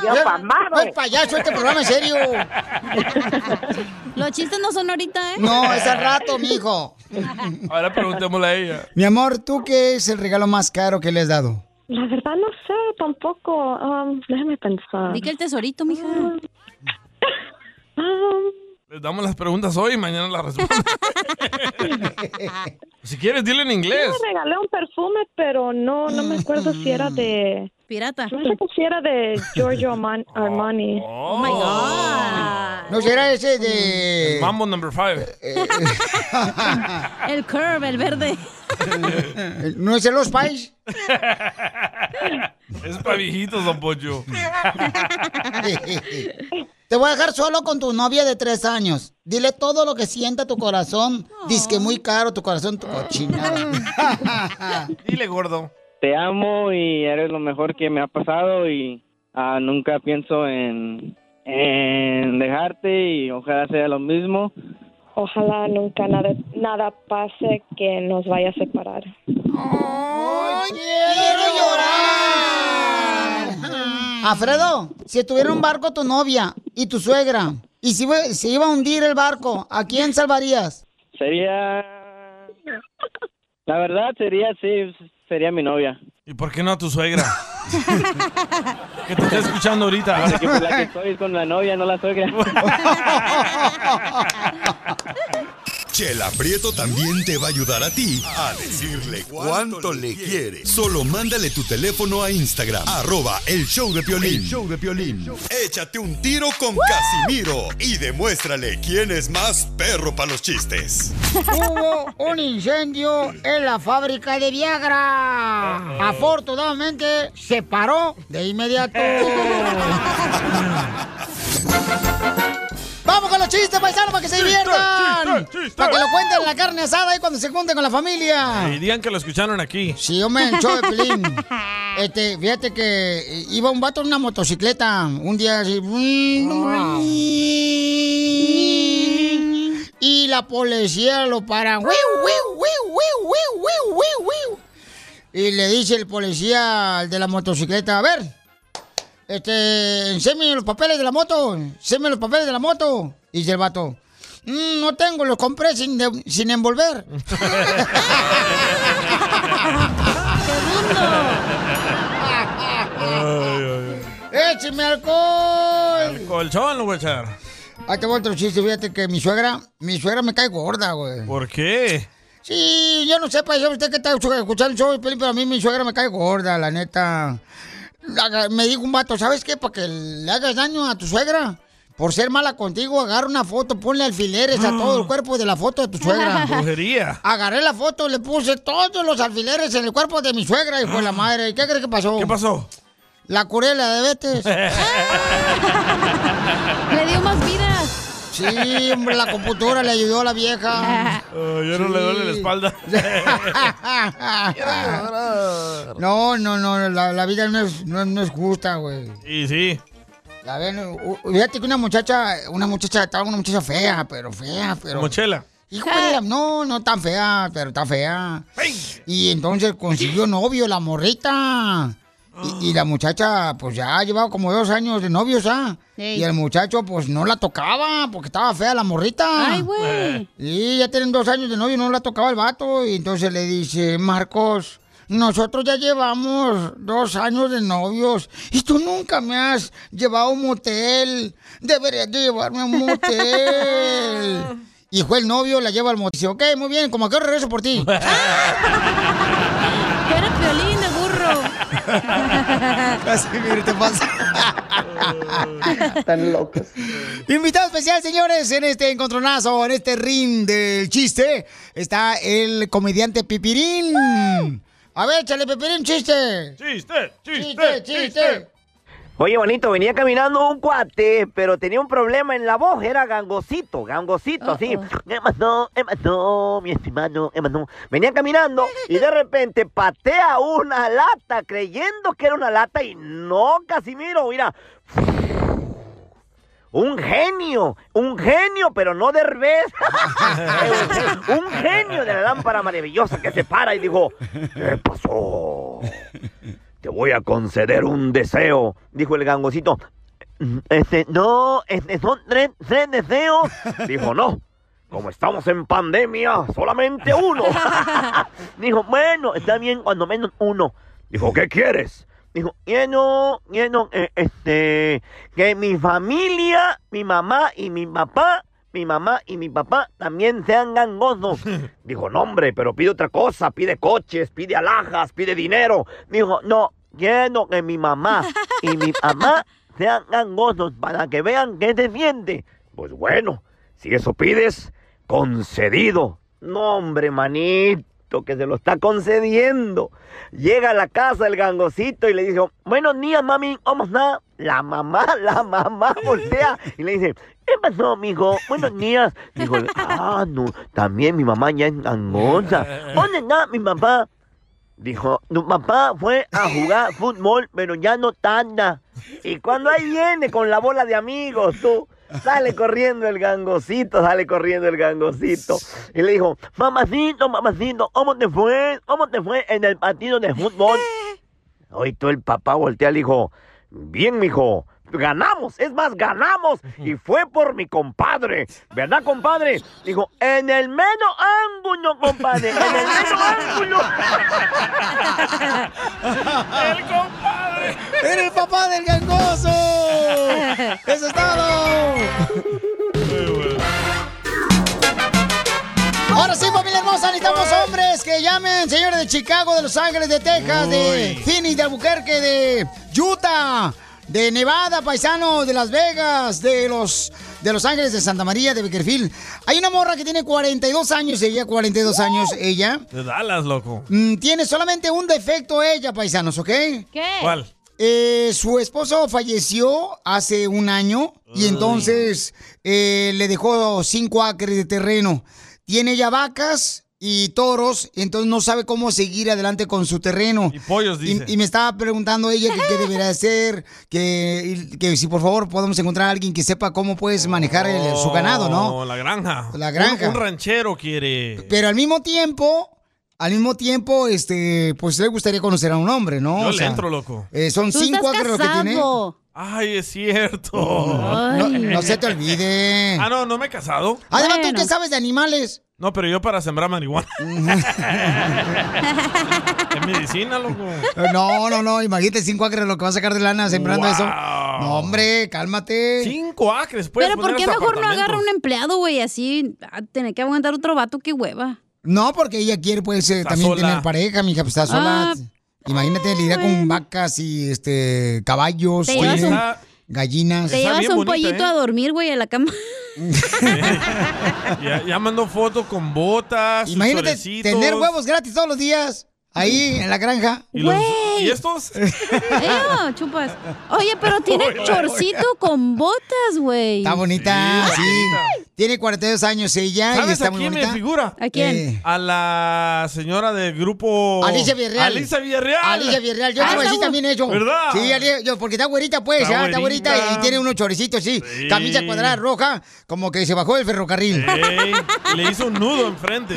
Speaker 1: quiero llorar! No es payaso este programa, en serio.
Speaker 5: Los chistes no son ahorita, ¿eh?
Speaker 1: No, es al rato, mijo.
Speaker 2: Ahora preguntémosle a ella.
Speaker 1: Mi amor, ¿tú qué es el regalo más caro que le has dado?
Speaker 3: La verdad no sé tampoco. Um, déjame pensar. Ah.
Speaker 5: Di que el tesorito, mija.
Speaker 2: Les damos las preguntas hoy y mañana las respuestas. si quieres, dile en inglés.
Speaker 3: Yo me regalé un perfume, pero no, no me acuerdo si era de...
Speaker 5: Pirata.
Speaker 3: No sé si era de Giorgio Arman- Armani.
Speaker 2: Oh, my God.
Speaker 1: No será ese de. eh,
Speaker 2: Mambo number five.
Speaker 5: El curve, el verde.
Speaker 1: ¿No es el Los Pais?
Speaker 2: es para viejitos, don Pollo.
Speaker 1: Te voy a dejar solo con tu novia de tres años. Dile todo lo que sienta tu corazón. Dice que muy caro tu corazón, tu cochinada.
Speaker 2: Dile, gordo.
Speaker 26: Te amo y eres lo mejor que me ha pasado y ah, nunca pienso en, en dejarte y ojalá sea lo mismo.
Speaker 3: Ojalá nunca nada, nada pase que nos vaya a separar.
Speaker 1: ¡Quiero llorar! Alfredo, si estuviera un barco tu novia y tu suegra, y si iba- se iba a hundir el barco, ¿a quién salvarías?
Speaker 26: Sería... La verdad sería, sí, sería mi novia.
Speaker 2: ¿Y por qué no a tu suegra? que te está escuchando ahorita.
Speaker 26: Porque por la que estoy es con la novia, no la suegra.
Speaker 6: Chela Prieto también te va a ayudar a ti a decirle cuánto le quiere. Solo mándale tu teléfono a Instagram, arroba el show de Piolín.
Speaker 14: El
Speaker 6: Échate un tiro con Casimiro y demuéstrale quién es más perro para los chistes.
Speaker 1: Hubo un incendio en la fábrica de Viagra. Afortunadamente se paró de inmediato. Vamos con los chistes, paisanos, para que se
Speaker 18: Chiste,
Speaker 1: diviertan.
Speaker 18: chiste, chiste.
Speaker 1: Para que lo cuenten en la carne asada y cuando se junten con la familia.
Speaker 2: Y digan que lo escucharon aquí.
Speaker 1: Sí, hombre, el show de Pelín. Este, fíjate que eh, iba un vato en una motocicleta. Un día así. Y la policía lo para. Y le dice el policía al de la motocicleta, a ver, este, enséñame los papeles de la moto, enséñame los papeles de la moto. Y dice el vato, "Mm, no tengo, los compré sin, de- sin envolver. ¡Écheme alcohol!
Speaker 2: Colchón lo voy a echar.
Speaker 1: Ahí te va otro chiste, fíjate que mi suegra, mi suegra me cae gorda, güey.
Speaker 2: ¿Por qué?
Speaker 1: Sí, yo no sé, para usted que está escuchando el show, Pelín, pero a mí mi suegra me cae gorda, la neta. La- Me dijo un vato, ¿sabes qué? Para que le hagas daño a tu suegra. Por ser mala contigo, agarra una foto, ponle alfileres a todo el cuerpo de la foto de tu suegra.
Speaker 2: Brujería.
Speaker 1: Agarré la foto, le puse todos los alfileres en el cuerpo de mi suegra, hijo de la madre. ¿Y qué crees que pasó? ¿Qué
Speaker 2: Ah. pasó?
Speaker 1: La curé de la diabetes. Le dio más vidas. Sí, hombre, la computadora le ayudó a la vieja.
Speaker 2: Ay, ya no le duele la espalda.
Speaker 1: No, no, no, la, la vida no es, no, no es justa, güey.
Speaker 2: Y sí.
Speaker 1: La ven, u- u- fíjate que una muchacha, una muchacha, estaba una muchacha fea, pero fea, pero.
Speaker 2: Como
Speaker 18: Ah.
Speaker 2: chela.
Speaker 1: Híjole, no, no tan fea, pero tan fea. Y entonces consiguió novio la morrita. Y, y la muchacha, pues ya llevaba como dos años de novios, ¿ah?
Speaker 18: Ey.
Speaker 1: Y el muchacho, pues no la tocaba, porque estaba fea la morrita.
Speaker 18: Ay, güey.
Speaker 1: Y ya tienen dos años de novio, no la tocaba el vato. Y entonces le dice, Marcos, nosotros ya llevamos dos años de novios. Y tú nunca me has llevado a un motel. Deberías de llevarme a un motel. Y fue el novio, la lleva al motel. Dice, ok, muy bien, como que regreso por ti.
Speaker 5: Era piolín de burro.
Speaker 1: Casimiro, te pasa. Tan locos. Invitado especial, señores, en este encontronazo, en este ring del chiste, está el comediante Pipirín. A ver, échale, Pipirín, chiste.
Speaker 2: Chiste,
Speaker 1: chiste, chiste.
Speaker 14: Oye, bonito, venía caminando un cuate, pero tenía un problema en la voz, era gangosito, gangosito, así. Emano, emano, mi estimado, emano. Venía caminando y de repente patea una lata, creyendo que era una lata y no, Casimiro, mira. Un genio, un genio, pero no Derbez. un genio de la lámpara maravillosa que se para y dijo, ¿qué pasó? Te voy a conceder un deseo, dijo el gangosito. Este, no, este, son tres, tres deseos. Dijo, no, como estamos en pandemia, solamente uno. dijo, bueno, está bien, cuando menos uno. Dijo, ¿qué quieres? Dijo, lleno, lleno, eh, este, que mi familia, mi mamá y mi papá, mi mamá y mi papá también sean gangosos. Dijo, no, hombre, pero pide otra cosa, pide coches, pide alhajas, pide dinero. Dijo, no, lleno que mi mamá y mi mamá sean gangosos para que vean que te siente. Pues bueno, si eso pides, concedido. No, hombre, manito, que se lo está concediendo. Llega a la casa el gangosito y le dice, buenos días, mami, ¿cómo está? La mamá, la mamá voltea y le dice, ¿qué pasó, mijo? Buenos días. Dijo, él, ah, no, también mi mamá ya es gangosa. ¿Dónde está mi papá? Dijo, tu papá fue a jugar fútbol, pero ya no tanda. Y cuando ahí viene con la bola de amigos, tú, sale corriendo el gangosito, sale corriendo el gangosito. Y le dijo, mamacito, mamacito, ¿cómo te fue? ¿Cómo te fue en el partido de fútbol? Hoy todo el papá voltea y le dijo, bien, mijo, ganamos, es más, ganamos. Y fue por mi compadre, ¿verdad, compadre? Dijo, en el menos ángulo, compadre, en el menos ángulo.
Speaker 18: ¡El compadre!
Speaker 1: ¡Eres el papá del gangoso! ¡Eso es todo! Ahora sí, familia hermosa, necesitamos hombres que llamen, señores de Chicago, de Los Ángeles, de Texas, de Phoenix, de Albuquerque, de Utah, de Nevada, paisano, de Las Vegas, de los de Los Ángeles, de Santa María, de Beckerfield. Hay una morra que tiene 42 años, ella, 42 años, ella.
Speaker 2: De Dallas, loco.
Speaker 1: Mm, Tiene solamente un defecto ella, paisanos, ¿ok?
Speaker 2: ¿Cuál?
Speaker 1: eh, su esposo falleció hace un año y entonces eh, le dejó cinco acres de terreno. Tiene ya vacas y toros, entonces no sabe cómo seguir adelante con su terreno. Y
Speaker 2: pollos, dice.
Speaker 1: Y, me estaba preguntando ella que qué debería hacer, que, que si por favor podemos encontrar a alguien que sepa cómo puedes manejar el- su ganado, ¿no?
Speaker 2: Oh, la granja.
Speaker 1: La granja.
Speaker 2: Un, un ranchero quiere.
Speaker 1: Pero al mismo tiempo, al mismo tiempo, este, pues le gustaría conocer a un hombre, ¿no?
Speaker 2: Yo
Speaker 1: O
Speaker 2: le
Speaker 1: sea,
Speaker 2: entro, loco.
Speaker 1: eh, son
Speaker 2: Tú
Speaker 1: cinco
Speaker 2: estás
Speaker 1: acres lo que tiene.
Speaker 2: casado. Ay, es cierto.
Speaker 1: No, no se te olvide.
Speaker 2: Ah, no, no me he casado.
Speaker 1: Además, ¿tú qué sabes de animales?
Speaker 2: No, pero yo para sembrar marihuana. es medicina, loco.
Speaker 1: Eh, No, no, no, imagínate cinco acres lo que vas a sacar de lana sembrando eso. No, hombre, cálmate.
Speaker 2: Cinco acres,
Speaker 5: Pero ¿por qué mejor no agarra un empleado, güey? Así, a tener que aguantar otro vato, qué hueva.
Speaker 1: No, porque ella quiere, pues, eh, también
Speaker 5: sola.
Speaker 1: tener pareja, mija, pues está
Speaker 5: Ah.
Speaker 1: sola. Imagínate lidiar con vacas y este caballos,
Speaker 5: Te llevas
Speaker 1: oye,
Speaker 5: un-
Speaker 1: gallinas.
Speaker 5: Te llevas un
Speaker 1: ¿eh?
Speaker 5: pollito a dormir, güey, a la cama.
Speaker 2: Ya, ya mandó fotos con botas. sus
Speaker 1: Imagínate
Speaker 2: chorecitos.
Speaker 1: tener huevos gratis todos los días ahí en la granja.
Speaker 2: ¿Y, los- ¿y estos?
Speaker 5: Eo, chupas. Oye, pero tiene
Speaker 1: Oye,
Speaker 5: chorcito con botas, güey.
Speaker 1: Está bonita, sí. Tiene 42 años ella y
Speaker 2: ¿Sabes
Speaker 1: está
Speaker 2: a
Speaker 1: muy
Speaker 2: quién me
Speaker 1: bonita.
Speaker 2: figura?
Speaker 1: ¿A quién? Eh.
Speaker 2: A la señora del grupo.
Speaker 1: Alicia Villarreal.
Speaker 2: Alicia Villarreal. Ah,
Speaker 1: Alicia Villarreal.
Speaker 5: Ah,
Speaker 1: Yo te voy a decir también eso.
Speaker 2: ¿Verdad?
Speaker 1: Sí, Alicia, yo, porque está güerita, pues,
Speaker 2: Está
Speaker 1: ¿ah? está güerita
Speaker 2: güerita.
Speaker 1: y, y tiene unos choricitos, sí.
Speaker 2: Sí.
Speaker 1: Camilla cuadrada roja, como que se bajó del ferrocarril.
Speaker 2: Ey, le hizo un nudo enfrente.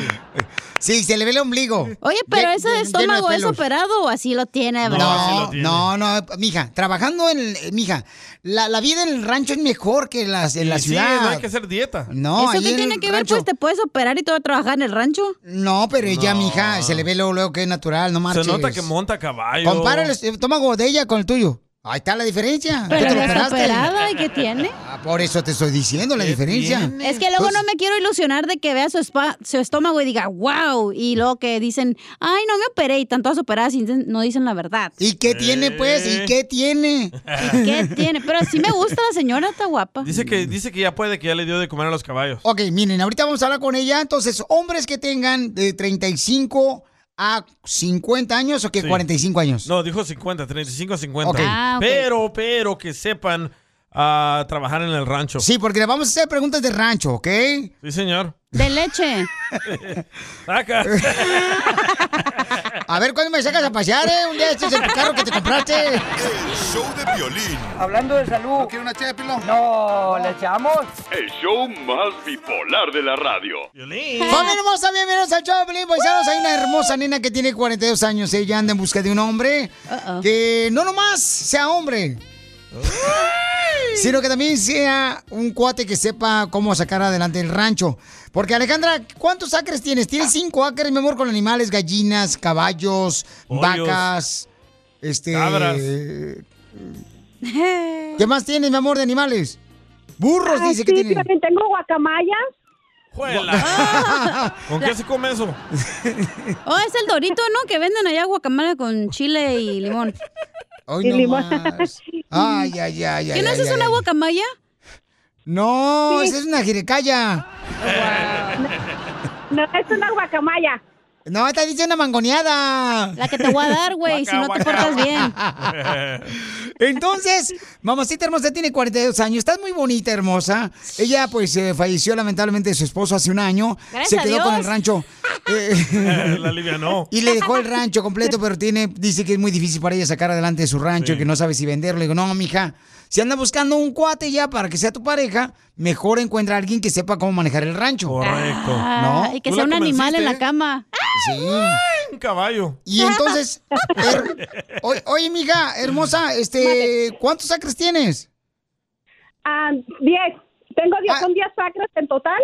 Speaker 1: Sí, se le ve el ombligo.
Speaker 5: Oye, pero
Speaker 1: Lle-
Speaker 5: ese
Speaker 1: lle- lleno de
Speaker 5: estómago es
Speaker 1: pelos.
Speaker 5: operado o así lo tiene,
Speaker 1: No,
Speaker 5: bro.
Speaker 1: no, no, mija, trabajando en, eh, mija, la, la vida en el rancho es mejor que las, en la
Speaker 2: Y sí,
Speaker 1: ciudad.
Speaker 2: no hay que hacer dieta.
Speaker 1: No,
Speaker 5: ¿Eso
Speaker 1: ahí
Speaker 5: qué
Speaker 1: en
Speaker 5: tiene
Speaker 1: el
Speaker 5: que ver? Pues te puedes operar y todo trabajar en el rancho.
Speaker 1: No, pero ella, mija, se le ve luego, luego que es natural,
Speaker 5: pues?
Speaker 1: no marches.
Speaker 2: Se nota que monta caballo.
Speaker 1: Compara el estómago de ella eh, con el tuyo. Ahí está la diferencia.
Speaker 5: Pero
Speaker 1: Tú te
Speaker 5: ya está
Speaker 1: operaste.
Speaker 5: operada, ¿y qué tiene?
Speaker 1: Ah, Por eso te estoy diciendo la diferencia.
Speaker 5: Es que luego no me quiero ilusionar de que vea su, espa- su estómago y diga, wow, y luego que dicen, ay, no me operé, y tantas operadas y dicen- no dicen la verdad.
Speaker 1: ¿Y qué tiene, pues? ¿Y qué tiene?
Speaker 5: ¿Y qué tiene? Pero sí me gusta la señora, está guapa.
Speaker 2: Dice que, dice que ya puede, que ya le dio de comer a los caballos.
Speaker 1: Ok, miren, ahorita vamos a hablar con ella. Entonces, hombres que tengan de 35 a 50 años o que
Speaker 2: Sí.
Speaker 1: 45 años.
Speaker 2: No, dijo 50, 35 a 50.
Speaker 1: Ok. Ah, ok.
Speaker 2: Pero, pero que sepan ah, trabajar en el rancho.
Speaker 1: Sí, porque le vamos a hacer preguntas de rancho, ¿ok?
Speaker 2: Sí, señor.
Speaker 5: De leche.
Speaker 2: Saca.
Speaker 1: A ver, ¿cuándo me sacas a pasear, eh? Un día este es el carro que te compraste.
Speaker 6: Show de violín.
Speaker 19: Hablando de salud. ¿No quiere una ché de pilón? No, ¿le echamos?
Speaker 7: El show más bipolar de la radio.
Speaker 1: Familia hermosa, bienvenidos al show de Pelín Paisanos. Hay una hermosa nena que tiene 42 años. Ella anda en busca de un hombre que no nomás sea hombre, sino que también sea un cuate que sepa cómo sacar adelante el rancho. Porque Alejandra, ¿cuántos acres tienes? Tienes cinco acres, mi amor, con animales, gallinas, caballos,
Speaker 2: Pollos.
Speaker 1: vacas, este...
Speaker 2: Cabras.
Speaker 1: ¿Qué más tienes, mi amor, de animales? Burros,
Speaker 15: Ah,
Speaker 1: dice que
Speaker 15: sí,
Speaker 1: tiene.
Speaker 15: también tengo guacamayas.
Speaker 2: Juela. ¿Con qué se come eso?
Speaker 5: Oh, es el dorito, ¿no? Que venden allá guacamole con chile y limón.
Speaker 1: Hoy no más. Ay, ay, ay, ay.
Speaker 5: ¿Qué no
Speaker 1: ay,
Speaker 5: es eso,
Speaker 1: ay,
Speaker 5: una
Speaker 1: ay.
Speaker 5: guacamaya?
Speaker 1: No, esa es una jiricaya.
Speaker 15: No, es una guacamaya.
Speaker 1: No, te dice una mangoneada.
Speaker 5: La que te voy a dar, güey, si no te portas bien.
Speaker 1: Entonces, mamacita hermosa tiene 42 años, estás muy bonita, hermosa. Ella, pues, eh, falleció lamentablemente de su esposo hace un año.
Speaker 2: Gracias
Speaker 1: Se
Speaker 2: a
Speaker 1: quedó
Speaker 2: Dios.
Speaker 1: con el rancho. Eh,
Speaker 2: La alivianó.
Speaker 1: Y le dejó el rancho completo, pero tiene, dice que es muy difícil para ella sacar adelante su rancho,
Speaker 2: Sí.
Speaker 1: que no sabe si venderlo. Le digo, no, mija, si anda buscando un cuate ya para que sea tu pareja, mejor encuentra a alguien que sepa cómo manejar el rancho.
Speaker 2: Correcto.
Speaker 5: Ah, y que sea un animal en la cama.
Speaker 2: Un caballo.
Speaker 1: Y entonces, her- oye, oye, mija, hermosa, este, ¿cuántos acres tienes? Ah.
Speaker 15: Ah, diez. Tengo diez, son diez acres en total.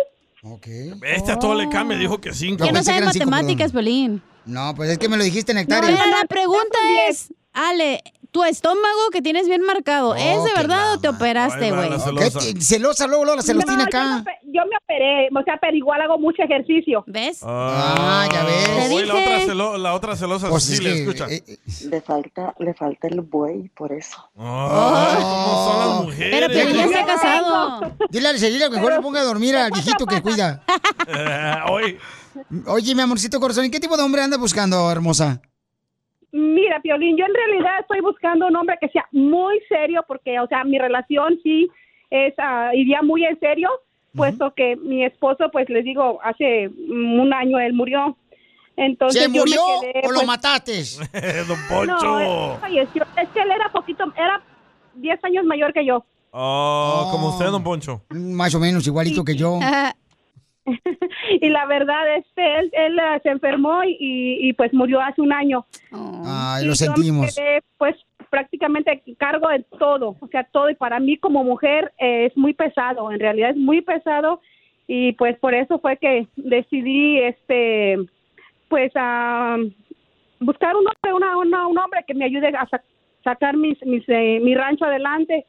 Speaker 2: Este a todo le cambia, dijo
Speaker 1: Oh.
Speaker 2: que cinco.
Speaker 5: Que no sabe matemáticas, Pelín.
Speaker 1: No, pues es que me lo dijiste en
Speaker 5: No,
Speaker 1: hectáreas.
Speaker 5: pero la pregunta es, Ale, tu estómago que tienes bien marcado,
Speaker 1: Oh,
Speaker 5: ¿es de verdad o te operaste, güey?
Speaker 1: ¿Qué? Celosa, luego, luego la celostina
Speaker 15: No,
Speaker 1: acá.
Speaker 15: Yo me, ope- yo me operé, Eh, o sea, pero igual hago mucho ejercicio.
Speaker 5: ¿Ves?
Speaker 2: Ah,
Speaker 15: ya ves. Te
Speaker 2: Oye, la
Speaker 15: dije.
Speaker 2: otra, celo- la otra celosa
Speaker 1: Pues
Speaker 2: sí
Speaker 1: es
Speaker 2: le
Speaker 1: que,
Speaker 2: escucha.
Speaker 16: Le falta, le falta el buey, por eso.
Speaker 1: Ah.
Speaker 2: Ay, ¿Cómo son Ah, las mujeres?
Speaker 5: Pero Pelín ya está casado.
Speaker 1: Dile al Celina que mejor le ponga a dormir al viejito que cuida.
Speaker 2: Eh, oye,
Speaker 1: Oye, mi amorcito corazón, ¿y qué tipo de hombre anda buscando, hermosa?
Speaker 15: Mira, Piolín, yo en realidad estoy buscando un hombre que sea muy serio porque, o sea, mi relación sí es, ah, iría muy en serio, puesto que mi esposo, pues les digo, hace mm, un año él murió. Entonces,
Speaker 1: ¿Se
Speaker 15: yo me
Speaker 1: murió
Speaker 15: quedé,
Speaker 1: o lo
Speaker 15: pues,
Speaker 1: mataste?
Speaker 2: Don
Speaker 15: No, eh. él
Speaker 2: Poncho.
Speaker 15: falleció. Es que él era poquito, era 10 años mayor que yo.
Speaker 2: Oh, como usted, don Poncho.
Speaker 1: Más o menos igualito que yo.
Speaker 15: y la verdad, este, él, él, eh, se enfermó y, y, pues murió hace un año.
Speaker 1: Ay,
Speaker 15: Y
Speaker 1: Ah, lo
Speaker 15: yo me
Speaker 1: sentimos.
Speaker 15: quedé, pues prácticamente cargo de todo, o sea, todo. Y para mí como mujer eh, es muy pesado, en realidad es muy pesado. Y pues por eso fue que decidí, este, pues a buscar un hombre, una, una- un hombre que me ayude a sa- sacar mis, mis, eh, mi rancho adelante.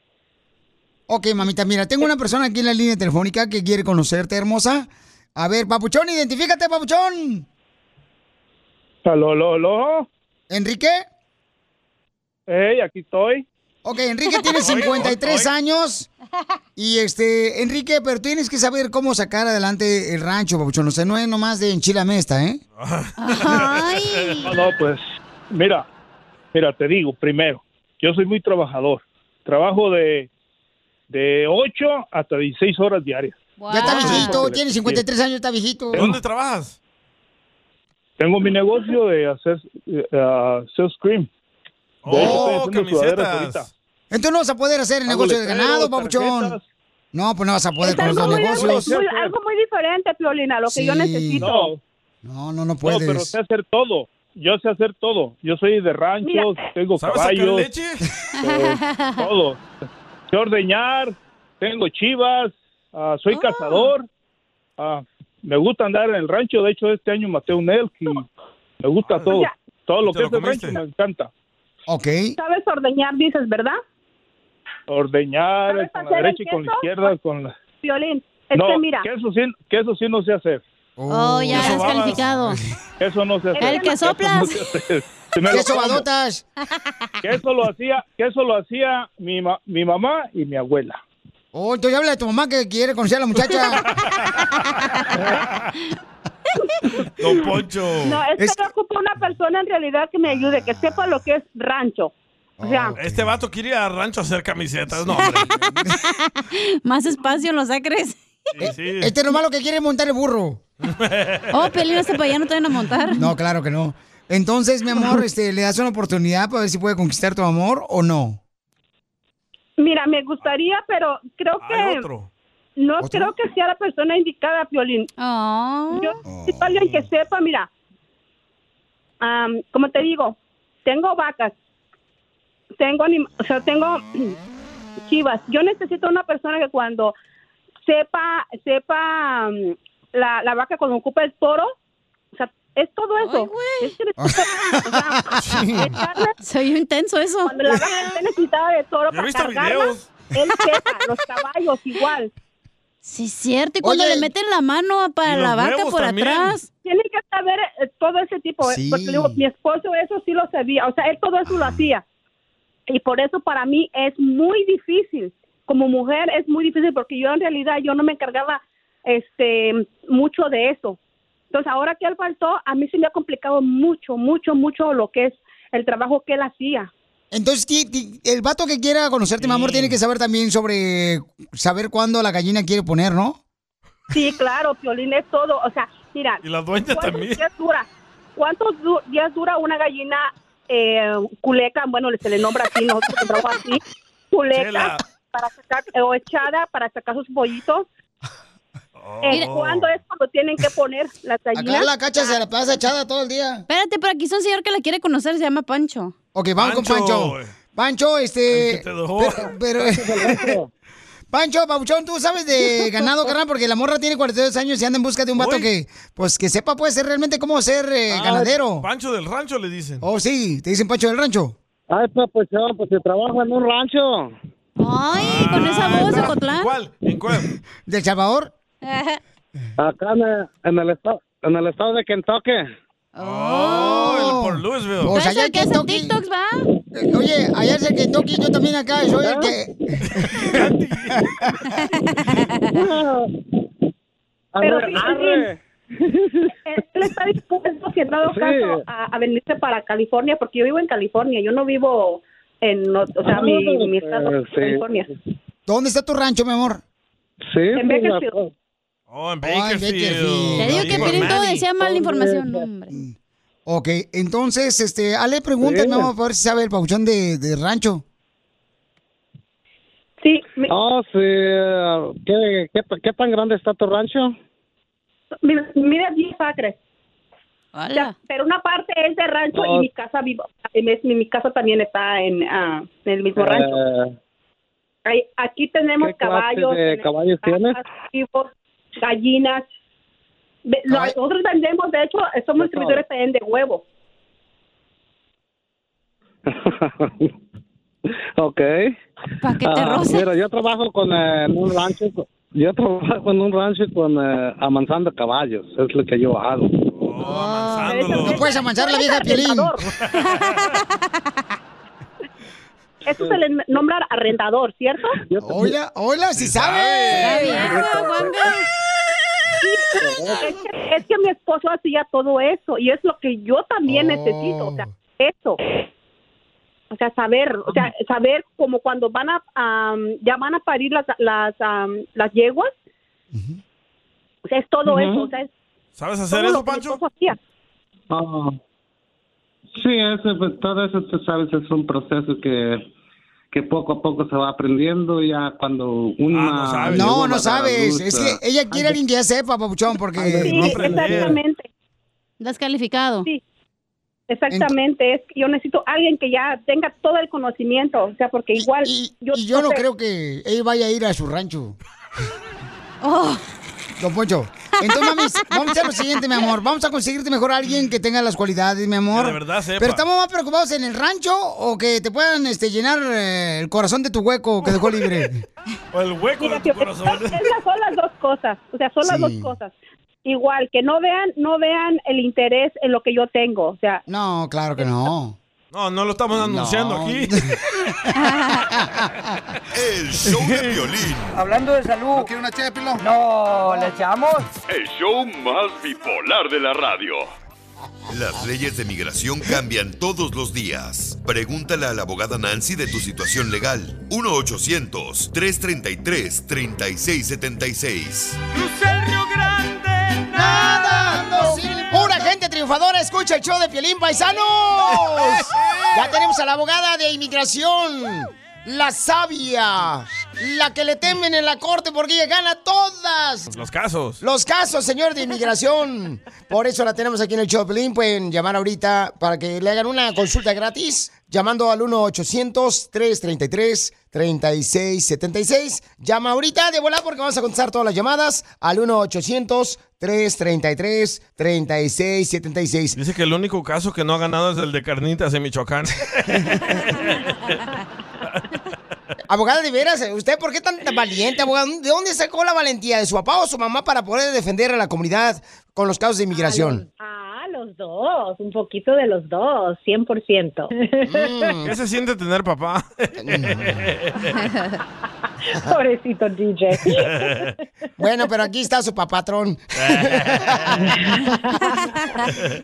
Speaker 1: Ok, mamita, mira, tengo una persona aquí en la línea telefónica que quiere conocerte, hermosa. A ver, Papuchón, identifícate, Papuchón.
Speaker 20: Aló, aló, aló.
Speaker 1: ¿Enrique?
Speaker 20: Hey, aquí estoy.
Speaker 1: Ok, Enrique tiene 53 años. Y este, Enrique, pero tienes que saber cómo sacar adelante el rancho, Papuchón. O sea, no es nomás de enchilame esta, ¿eh?
Speaker 20: No, no, pues, mira, mira, te digo, primero, yo soy muy trabajador. Trabajo de, de 8 hasta 16 horas diarias.
Speaker 1: Ya está
Speaker 20: Wow.
Speaker 1: viejito, tiene 53 años, está viejito.
Speaker 20: ¿Dónde
Speaker 2: trabajas?
Speaker 20: Tengo mi negocio de hacer, eh, ah, hacer cream. De hecho, estoy
Speaker 1: Oh,
Speaker 20: haciendo sudaderas ahorita.
Speaker 1: Entonces no vas a poder hacer el negocio del
Speaker 20: Hago
Speaker 1: ganado,
Speaker 20: letreros,
Speaker 1: Papuchón.
Speaker 20: tarjetas.
Speaker 1: No, pues no vas a poder
Speaker 20: Es
Speaker 1: con los
Speaker 20: algo
Speaker 1: dos
Speaker 20: muy-
Speaker 1: negocios.
Speaker 20: muy-
Speaker 15: Algo muy diferente, Piolina, lo que yo
Speaker 20: Sí.
Speaker 15: necesito.
Speaker 20: No.
Speaker 1: No, no, no
Speaker 20: No, pero
Speaker 1: puedes.
Speaker 20: sé hacer todo. Yo sé hacer todo. Yo soy de ranchos,
Speaker 15: Mira.
Speaker 20: tengo
Speaker 15: ¿Sabes sacar
Speaker 20: caballos.
Speaker 15: leche?
Speaker 20: eh, todo. Sé ordeñar, tengo chivas, ah, soy cazador. ah, me gusta andar en el rancho. De hecho, este año maté un elk y me gusta todo. Todo lo
Speaker 15: ¿Te
Speaker 20: que
Speaker 15: lo
Speaker 20: es el
Speaker 15: comiste?
Speaker 20: rancho me encanta.
Speaker 1: Ok.
Speaker 15: Sabes ordeñar, dices, ¿verdad?
Speaker 20: Ordeñar eh, con la
Speaker 15: hacer el
Speaker 20: derecha y con la
Speaker 15: queso?
Speaker 20: izquierda. Con la...
Speaker 15: Piolín, es
Speaker 20: no,
Speaker 15: que Este, mira.
Speaker 20: Que eso, sí, que eso sí no sé hacer.
Speaker 5: Oh, ya
Speaker 20: Eso babas.
Speaker 5: descalificado.
Speaker 20: Eso no se hace.
Speaker 5: El que
Speaker 20: Eso
Speaker 5: soplas.
Speaker 20: no se hace. Si me lo
Speaker 1: Queso
Speaker 20: como.
Speaker 1: badotas.
Speaker 20: Que eso lo hacía, que eso lo hacía mi, ma- mi mamá y mi abuela.
Speaker 1: Oh, entonces habla de tu mamá que quiere conocer a la muchacha.
Speaker 2: Don Poncho.
Speaker 15: No, es, que yo ocupo una persona en realidad que me ayude, que sepa lo que es rancho. O sea,
Speaker 2: Este vato quiere ir al rancho a hacer camisetas. No, hombre.
Speaker 5: Más espacio en los acres.
Speaker 2: Sí.
Speaker 1: Este es lo malo que quiere montar el burro.
Speaker 5: Oh, Piolín, este para allá no te van a montar.
Speaker 1: No, claro que no. Entonces, mi amor, este, ¿le das una oportunidad para ver si puede conquistar tu amor o no?
Speaker 15: mira, me gustaría, pero creo que no
Speaker 1: ¿Otro?
Speaker 15: creo que sea la persona indicada, Piolín. Yo necesito alguien que sepa, mira, am, como te digo, tengo vacas, tengo anim- o sea, tengo chivas. Yo necesito una persona que cuando sepa, sepa am, la, la vaca cuando ocupa el toro, o sea, es todo eso. Es que necesito- o sea,
Speaker 5: Soy intenso eso.
Speaker 15: Cuando la vaca esté necesitada de
Speaker 5: Yo
Speaker 15: toro
Speaker 5: he
Speaker 15: para
Speaker 5: visto
Speaker 15: cargarla,
Speaker 5: videos.
Speaker 15: él sepa, los caballos igual.
Speaker 5: Sí, cierto. Y cuando
Speaker 15: Oye,
Speaker 5: le meten la mano para la vaca por atrás.
Speaker 15: Tienen que saber eh, todo ese tipo. eh,
Speaker 5: Sí.
Speaker 15: Porque le digo, mi esposo eso sí lo sabía. O sea, él todo eso lo hacía. Y por eso para mí es muy difícil. Como mujer es muy difícil porque yo en realidad yo no me encargaba este mucho de eso. Entonces ahora que él faltó, a mí se me ha complicado mucho, mucho, mucho lo que es el trabajo que él hacía.
Speaker 1: Entonces, ti- Pues ti- el vato que quiera conocerte, mi amor, tiene que saber también sobre saber cuándo la gallina quiere poner, ¿no?
Speaker 15: Sí, claro, Piolín es todo. O sea, mira.
Speaker 1: Y la dueña
Speaker 15: ¿cuántos
Speaker 1: también.
Speaker 15: Días dura? ¿Cuántos du- días dura una gallina eh, culeca? Bueno, se le nombra así, nosotros nombramos así. Culeca
Speaker 18: Chela.
Speaker 15: para sacar, eh, o echada para sacar sus pollitos.
Speaker 1: Oh.
Speaker 15: Eh, ¿Cuándo es cuando tienen que poner las gallinas?
Speaker 1: la cacha se la pasa echada todo el día.
Speaker 5: Espérate, pero aquí es un señor que la quiere conocer, se llama Pancho.
Speaker 1: Ok, vamos con Pancho. Pancho, este. Pero. pero- Pancho, Pabuchón, tú sabes de ganado, carnal, porque la morra tiene 42 años y anda en busca de un vato que, pues, que sepa, puede ser realmente cómo ser eh, ganadero.
Speaker 2: Pancho del rancho le dicen.
Speaker 1: Oh, sí, te dicen Pancho del Rancho.
Speaker 21: Ay, pues, pues se trabaja en un rancho.
Speaker 5: Ay,
Speaker 2: Ah,
Speaker 5: con esa voz de Cotlán.
Speaker 2: ¿En cuál?
Speaker 1: ¿Del Salvador?
Speaker 11: Ah,
Speaker 21: Acá en el, en el estado, en el estado de Kentucky.
Speaker 2: Oh, por Louisville.
Speaker 1: Pues allá en Kentucky- Eh, Oye, allá es el Kentucky, yo también acá, soy el que...
Speaker 21: A
Speaker 15: Pero
Speaker 21: ver,
Speaker 15: sí,
Speaker 21: arre.
Speaker 15: Él está dispuesto, si en dado
Speaker 18: Sí.
Speaker 15: caso, a, a venirse para California, porque yo vivo en California, yo no vivo en, o o sea, mi, mi estado es
Speaker 1: Ah, sí.
Speaker 15: California.
Speaker 1: ¿Dónde está tu rancho, mi amor?
Speaker 21: Sí. pues,
Speaker 15: En Bakersfield.
Speaker 2: Oh, en
Speaker 1: Bakersfield.
Speaker 5: Te digo que Piolín todo decía mala información, no, hombre.
Speaker 1: Ok, entonces, este, Ale, pregúntame,
Speaker 5: Sí.
Speaker 1: vamos a ver si sabe el pauchón de, de rancho.
Speaker 15: Sí.
Speaker 11: Ah,
Speaker 21: Oh, sí. ¿Qué, qué, qué tan grande está tu rancho?
Speaker 15: Mira, mira 10 acres. O sea, pero una parte es de rancho
Speaker 21: Oh.
Speaker 15: y mi casa vivo, mi, mi- mi casa también está en, ah, en el mismo rancho.
Speaker 21: Eh,
Speaker 15: Ahí- aquí tenemos
Speaker 21: ¿Qué clase
Speaker 15: caballos,
Speaker 21: de
Speaker 15: tenemos
Speaker 21: caballos tienes?
Speaker 15: vacas, chivos, gallinas. Ve- lo- Nosotros vendemos, de hecho, somos distribuidores también de huevo.
Speaker 21: ok.
Speaker 5: Para
Speaker 21: que te roce. Mira, yo trabajo con, eh, en un rancho. con- Yo trabajo en un rancho con eh, amansando caballos. Es lo que yo hago.
Speaker 1: No puedes amansar la vieja Piolín.
Speaker 15: Eso se le nombra arrendador, ¿cierto?
Speaker 1: Hola, hola, si sabe.
Speaker 15: Es que, es que mi esposo hacía todo eso y es lo que yo también necesito, o sea, eso. O sea, saber, o sea, saber como cuando van a, am, ya van a parir las, las, am, las yeguas. O sea, es todo
Speaker 21: Ujú.
Speaker 15: eso, o sea, es
Speaker 2: ¿Sabes
Speaker 15: todo
Speaker 2: hacer
Speaker 15: lo
Speaker 2: eso,
Speaker 15: que mi
Speaker 2: Pancho?
Speaker 15: esposo hacía.
Speaker 21: Ah. Sí, ese, pues, todo eso, tú sabes, es un proceso que, que poco a poco se va aprendiendo. Ya cuando
Speaker 2: Ah,
Speaker 21: una.
Speaker 1: No,
Speaker 21: yegua va
Speaker 1: no
Speaker 21: a dar a
Speaker 1: sabes.
Speaker 21: luz,
Speaker 1: Es
Speaker 21: eh,
Speaker 1: que ella quiere a alguien que ya sepa, papuchón, porque.
Speaker 21: Sí, no aprender.
Speaker 15: exactamente.
Speaker 5: Descalificado.
Speaker 15: Sí. Exactamente, es que yo necesito alguien que ya tenga todo el conocimiento, o sea, porque igual yo,
Speaker 1: Y yo no
Speaker 15: sé-
Speaker 1: creo que él vaya a ir a su rancho. Don Poncho. Entonces, mami, vamos a hacer lo siguiente, mi amor. Vamos a conseguirte mejor a alguien que tenga las cualidades, mi amor.
Speaker 2: Que de verdad sepa.
Speaker 1: Pero estamos más preocupados en el rancho o que te puedan este, llenar eh, el corazón de tu hueco que dejó libre.
Speaker 2: O el hueco de tu corazón.
Speaker 15: Esas son las dos cosas, o sea, son las
Speaker 1: Sí.
Speaker 15: dos cosas. Igual que no vean, no vean el interés en lo que yo tengo, o sea,
Speaker 1: No, claro que no.
Speaker 2: No, no lo estamos anunciando aquí.
Speaker 6: El show de violín.
Speaker 19: Hablando de salud. ¿No quiere una ché de pilón? No, ¿le echamos?
Speaker 7: El show más bipolar de la radio.
Speaker 6: Las leyes de migración cambian todos los días. Pregúntale a la abogada Nancy de tu situación legal. 1-800-333-3676.
Speaker 1: ¡Nada! No sirve. ¡Pura gente triunfadora! ¡Escucha el show de Pielín Paisanos! Ya tenemos a la abogada de inmigración, la sabia, la que le temen en la corte porque ella gana todas
Speaker 2: Los casos.
Speaker 1: los casos, señor de inmigración. Por eso la tenemos aquí en el show de Piolín. Pueden llamar ahorita para que le hagan una consulta gratis llamando al 1-800-333-3676. Llama ahorita de volar porque vamos a contestar todas las llamadas al 1-800-333-3676.
Speaker 2: Dice que el único caso que no ha ganado es el de carnitas en Michoacán.
Speaker 1: Abogada, de veras, ¿usted por qué tan valiente, abogada? ¿De dónde sacó la valentía? ¿De su papá o su mamá para poder defender a la comunidad con los casos de inmigración?
Speaker 22: Ah, los dos, un poquito de los dos, 100%. Mm.
Speaker 2: ¿Qué se siente tener papá?
Speaker 22: Pobrecito DJ.
Speaker 1: Bueno, pero aquí está su papatrón.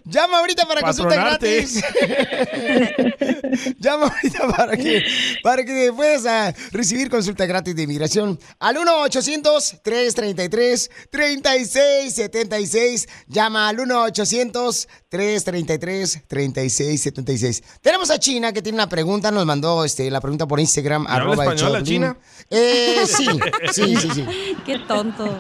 Speaker 1: Llama ahorita para consulta
Speaker 18: Patronarte.
Speaker 1: gratis. Llama ahorita para que, para que puedas ah, recibir consulta gratis de inmigración al 1-800-333-3676. Llama al 1-800-333-3676. Tenemos a China que tiene una pregunta, nos mandó este, la pregunta por Instagram.
Speaker 2: habla
Speaker 1: arroba el
Speaker 2: español la
Speaker 1: Choplin.
Speaker 2: China?
Speaker 1: Eh, sí, sí, sí, sí.
Speaker 5: Qué tonto.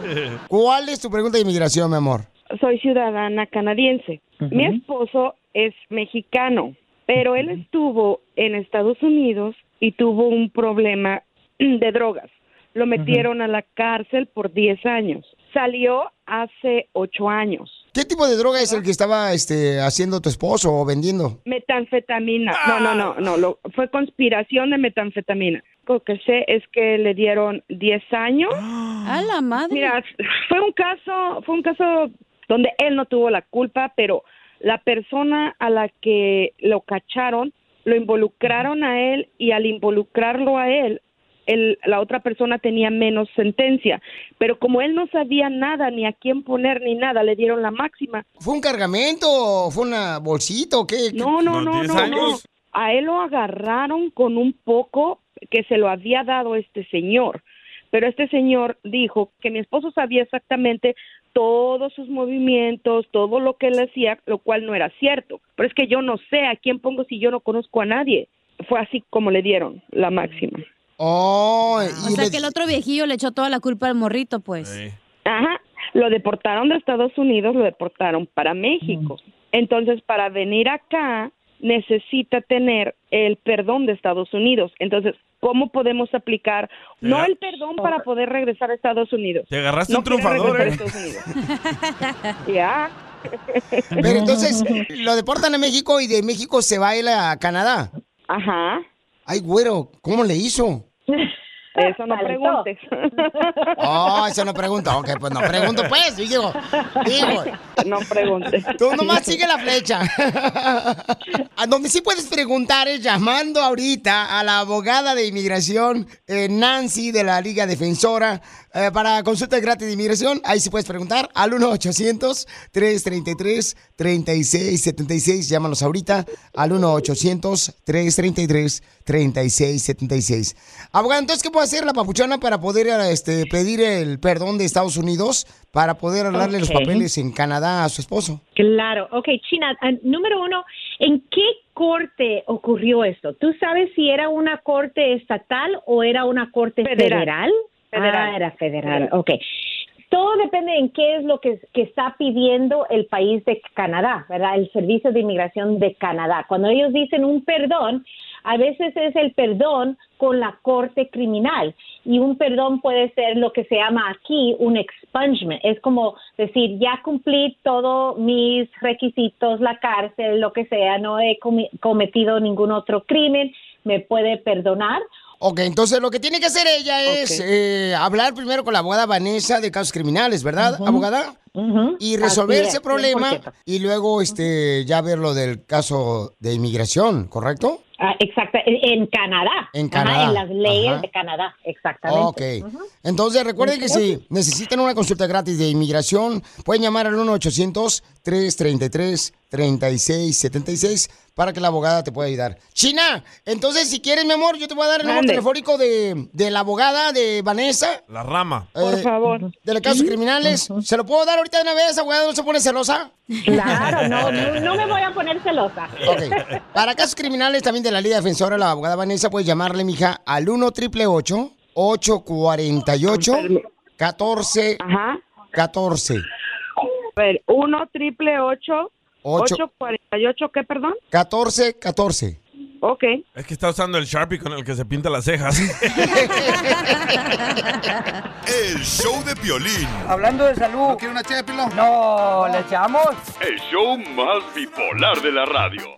Speaker 1: ¿Cuál es tu pregunta de inmigración, mi amor?
Speaker 27: soy ciudadana canadiense. Mi esposo es mexicano, pero él estuvo en Estados Unidos y tuvo un problema de drogas. Lo metieron a la cárcel por 10 años. Salió hace 8 años.
Speaker 1: ¿Qué tipo de droga es el que estaba este, haciendo tu esposo o vendiendo?
Speaker 27: Metanfetamina. No, no, no, no. lo-
Speaker 1: Ah.
Speaker 27: fue conspiración de metanfetamina. Lo que sé es que le dieron 10 años.
Speaker 1: Ah.
Speaker 27: A
Speaker 5: la madre.
Speaker 27: Mira, fue un caso, fue un caso donde él no tuvo la culpa, pero la persona a la que lo cacharon, lo involucraron a él y al involucrarlo a él, el- la otra persona tenía menos sentencia. Pero como él no sabía nada, ni a quién poner, ni nada, le dieron la máxima.
Speaker 1: ¿Fue un cargamento o fue una bolsita o qué?
Speaker 27: No, no, no, no, no.
Speaker 5: Pues,
Speaker 27: A él lo agarraron con un poco que se lo había dado este señor. Pero este señor dijo que mi esposo sabía exactamente todos sus movimientos, todo lo que él hacía, lo cual no era cierto. Pero es que yo no sé a quién pongo si yo no conozco a nadie. Fue así como le dieron la máxima.
Speaker 1: Oh,
Speaker 5: Ah, O sea que el otro viejillo le echó toda la culpa al morrito, pues.
Speaker 27: Ajá, lo deportaron de Estados Unidos, lo deportaron para México. Entonces, para venir acá necesita tener el perdón de Estados Unidos. Entonces, ¿cómo podemos aplicar no el perdón para poder regresar a Estados Unidos?
Speaker 2: Te agarraste
Speaker 27: No
Speaker 2: un
Speaker 27: quiere
Speaker 2: triunfador,
Speaker 27: regresar a
Speaker 2: ¿eh?
Speaker 27: Estados Unidos. ya.
Speaker 1: Pero entonces lo deportan a México y de México se va él a Canadá.
Speaker 27: Ajá.
Speaker 1: Ay, güero, ¿cómo le hizo?
Speaker 27: Eso no
Speaker 1: Saltó.
Speaker 27: preguntes.
Speaker 1: Oh, eso no pregunta. Ok, pues no pregunto, pues. Digo, digo.
Speaker 27: No preguntes.
Speaker 1: Tú nomás sigue la flecha. A donde sí puedes preguntar es llamando ahorita a la abogada de inmigración, eh, Nancy, de la Liga Defensora, eh, para consulta gratis de inmigración. Ahí sí puedes preguntar al 1-800-333-3676. Llámanos ahorita al 1-800-333-3676. Abogada, entonces, ¿qué puede hacer la papuchona para poder eh, este, pedir el perdón de Estados Unidos para poder darle los
Speaker 22: Ok.
Speaker 1: papeles en Canadá a su esposo?
Speaker 22: Claro, ok, China, ah, número uno, ¿en qué corte ocurrió esto? ¿Tú sabes si era una corte estatal o era una corte
Speaker 27: Federal.
Speaker 22: federal?
Speaker 27: Federal.
Speaker 22: Ah, era federal,
Speaker 27: Federal.
Speaker 22: ok. Todo depende en qué es lo que, que está pidiendo el país de Canadá, ¿verdad? El Servicio de Inmigración de Canadá. Cuando ellos dicen un perdón, a veces es el perdón con la corte criminal y un perdón puede ser lo que se llama aquí un expungement. Es como decir, ya cumplí todos mis requisitos, la cárcel, lo que sea, no he comi- cometido ningún otro crimen, me puede perdonar.
Speaker 1: Ok, entonces lo que tiene que hacer ella es eh, hablar primero con la abogada Vanessa de casos criminales, ¿verdad, abogada? Y resolver
Speaker 22: Así es,
Speaker 1: ese problema
Speaker 22: 100%.
Speaker 1: y luego este ya ver lo del caso de inmigración, ¿correcto?
Speaker 22: Ah, exacta, en en Canadá.
Speaker 1: En
Speaker 22: Ajá,
Speaker 1: Canadá,
Speaker 22: en las leyes
Speaker 1: ajá.
Speaker 22: de Canadá, exactamente.
Speaker 1: Ok. Entonces recuerden que si necesitan una consulta gratis de inmigración, pueden llamar al 1-800-333-3676 para que la abogada te pueda ayudar. China, entonces si quieres, mi amor, yo te voy a dar el número
Speaker 2: Mande.
Speaker 1: telefónico de, de la abogada de Vanessa.
Speaker 2: La rama.
Speaker 1: Eh, De los casos criminales. ¿Se lo puedo dar ahorita de una vez, abogado? ¿No se pone celosa?
Speaker 22: Claro, no, no, no me voy a poner celosa.
Speaker 1: Ok. Para casos criminales también de la Liga Defensora, la abogada Vanessa puede llamarle, mija, al 1 triple 848 14 14
Speaker 27: A ver, 1 triple 8
Speaker 1: Ocho.
Speaker 27: 848, ¿qué, perdón?
Speaker 1: 14 14.
Speaker 27: Ok.
Speaker 2: Es que está usando el Sharpie con el que se pinta las cejas.
Speaker 6: El show de Piolín.
Speaker 19: Hablando de salud. ¿No quiere una ché de pilón? No, ¿le echamos?
Speaker 7: El show más bipolar de la radio.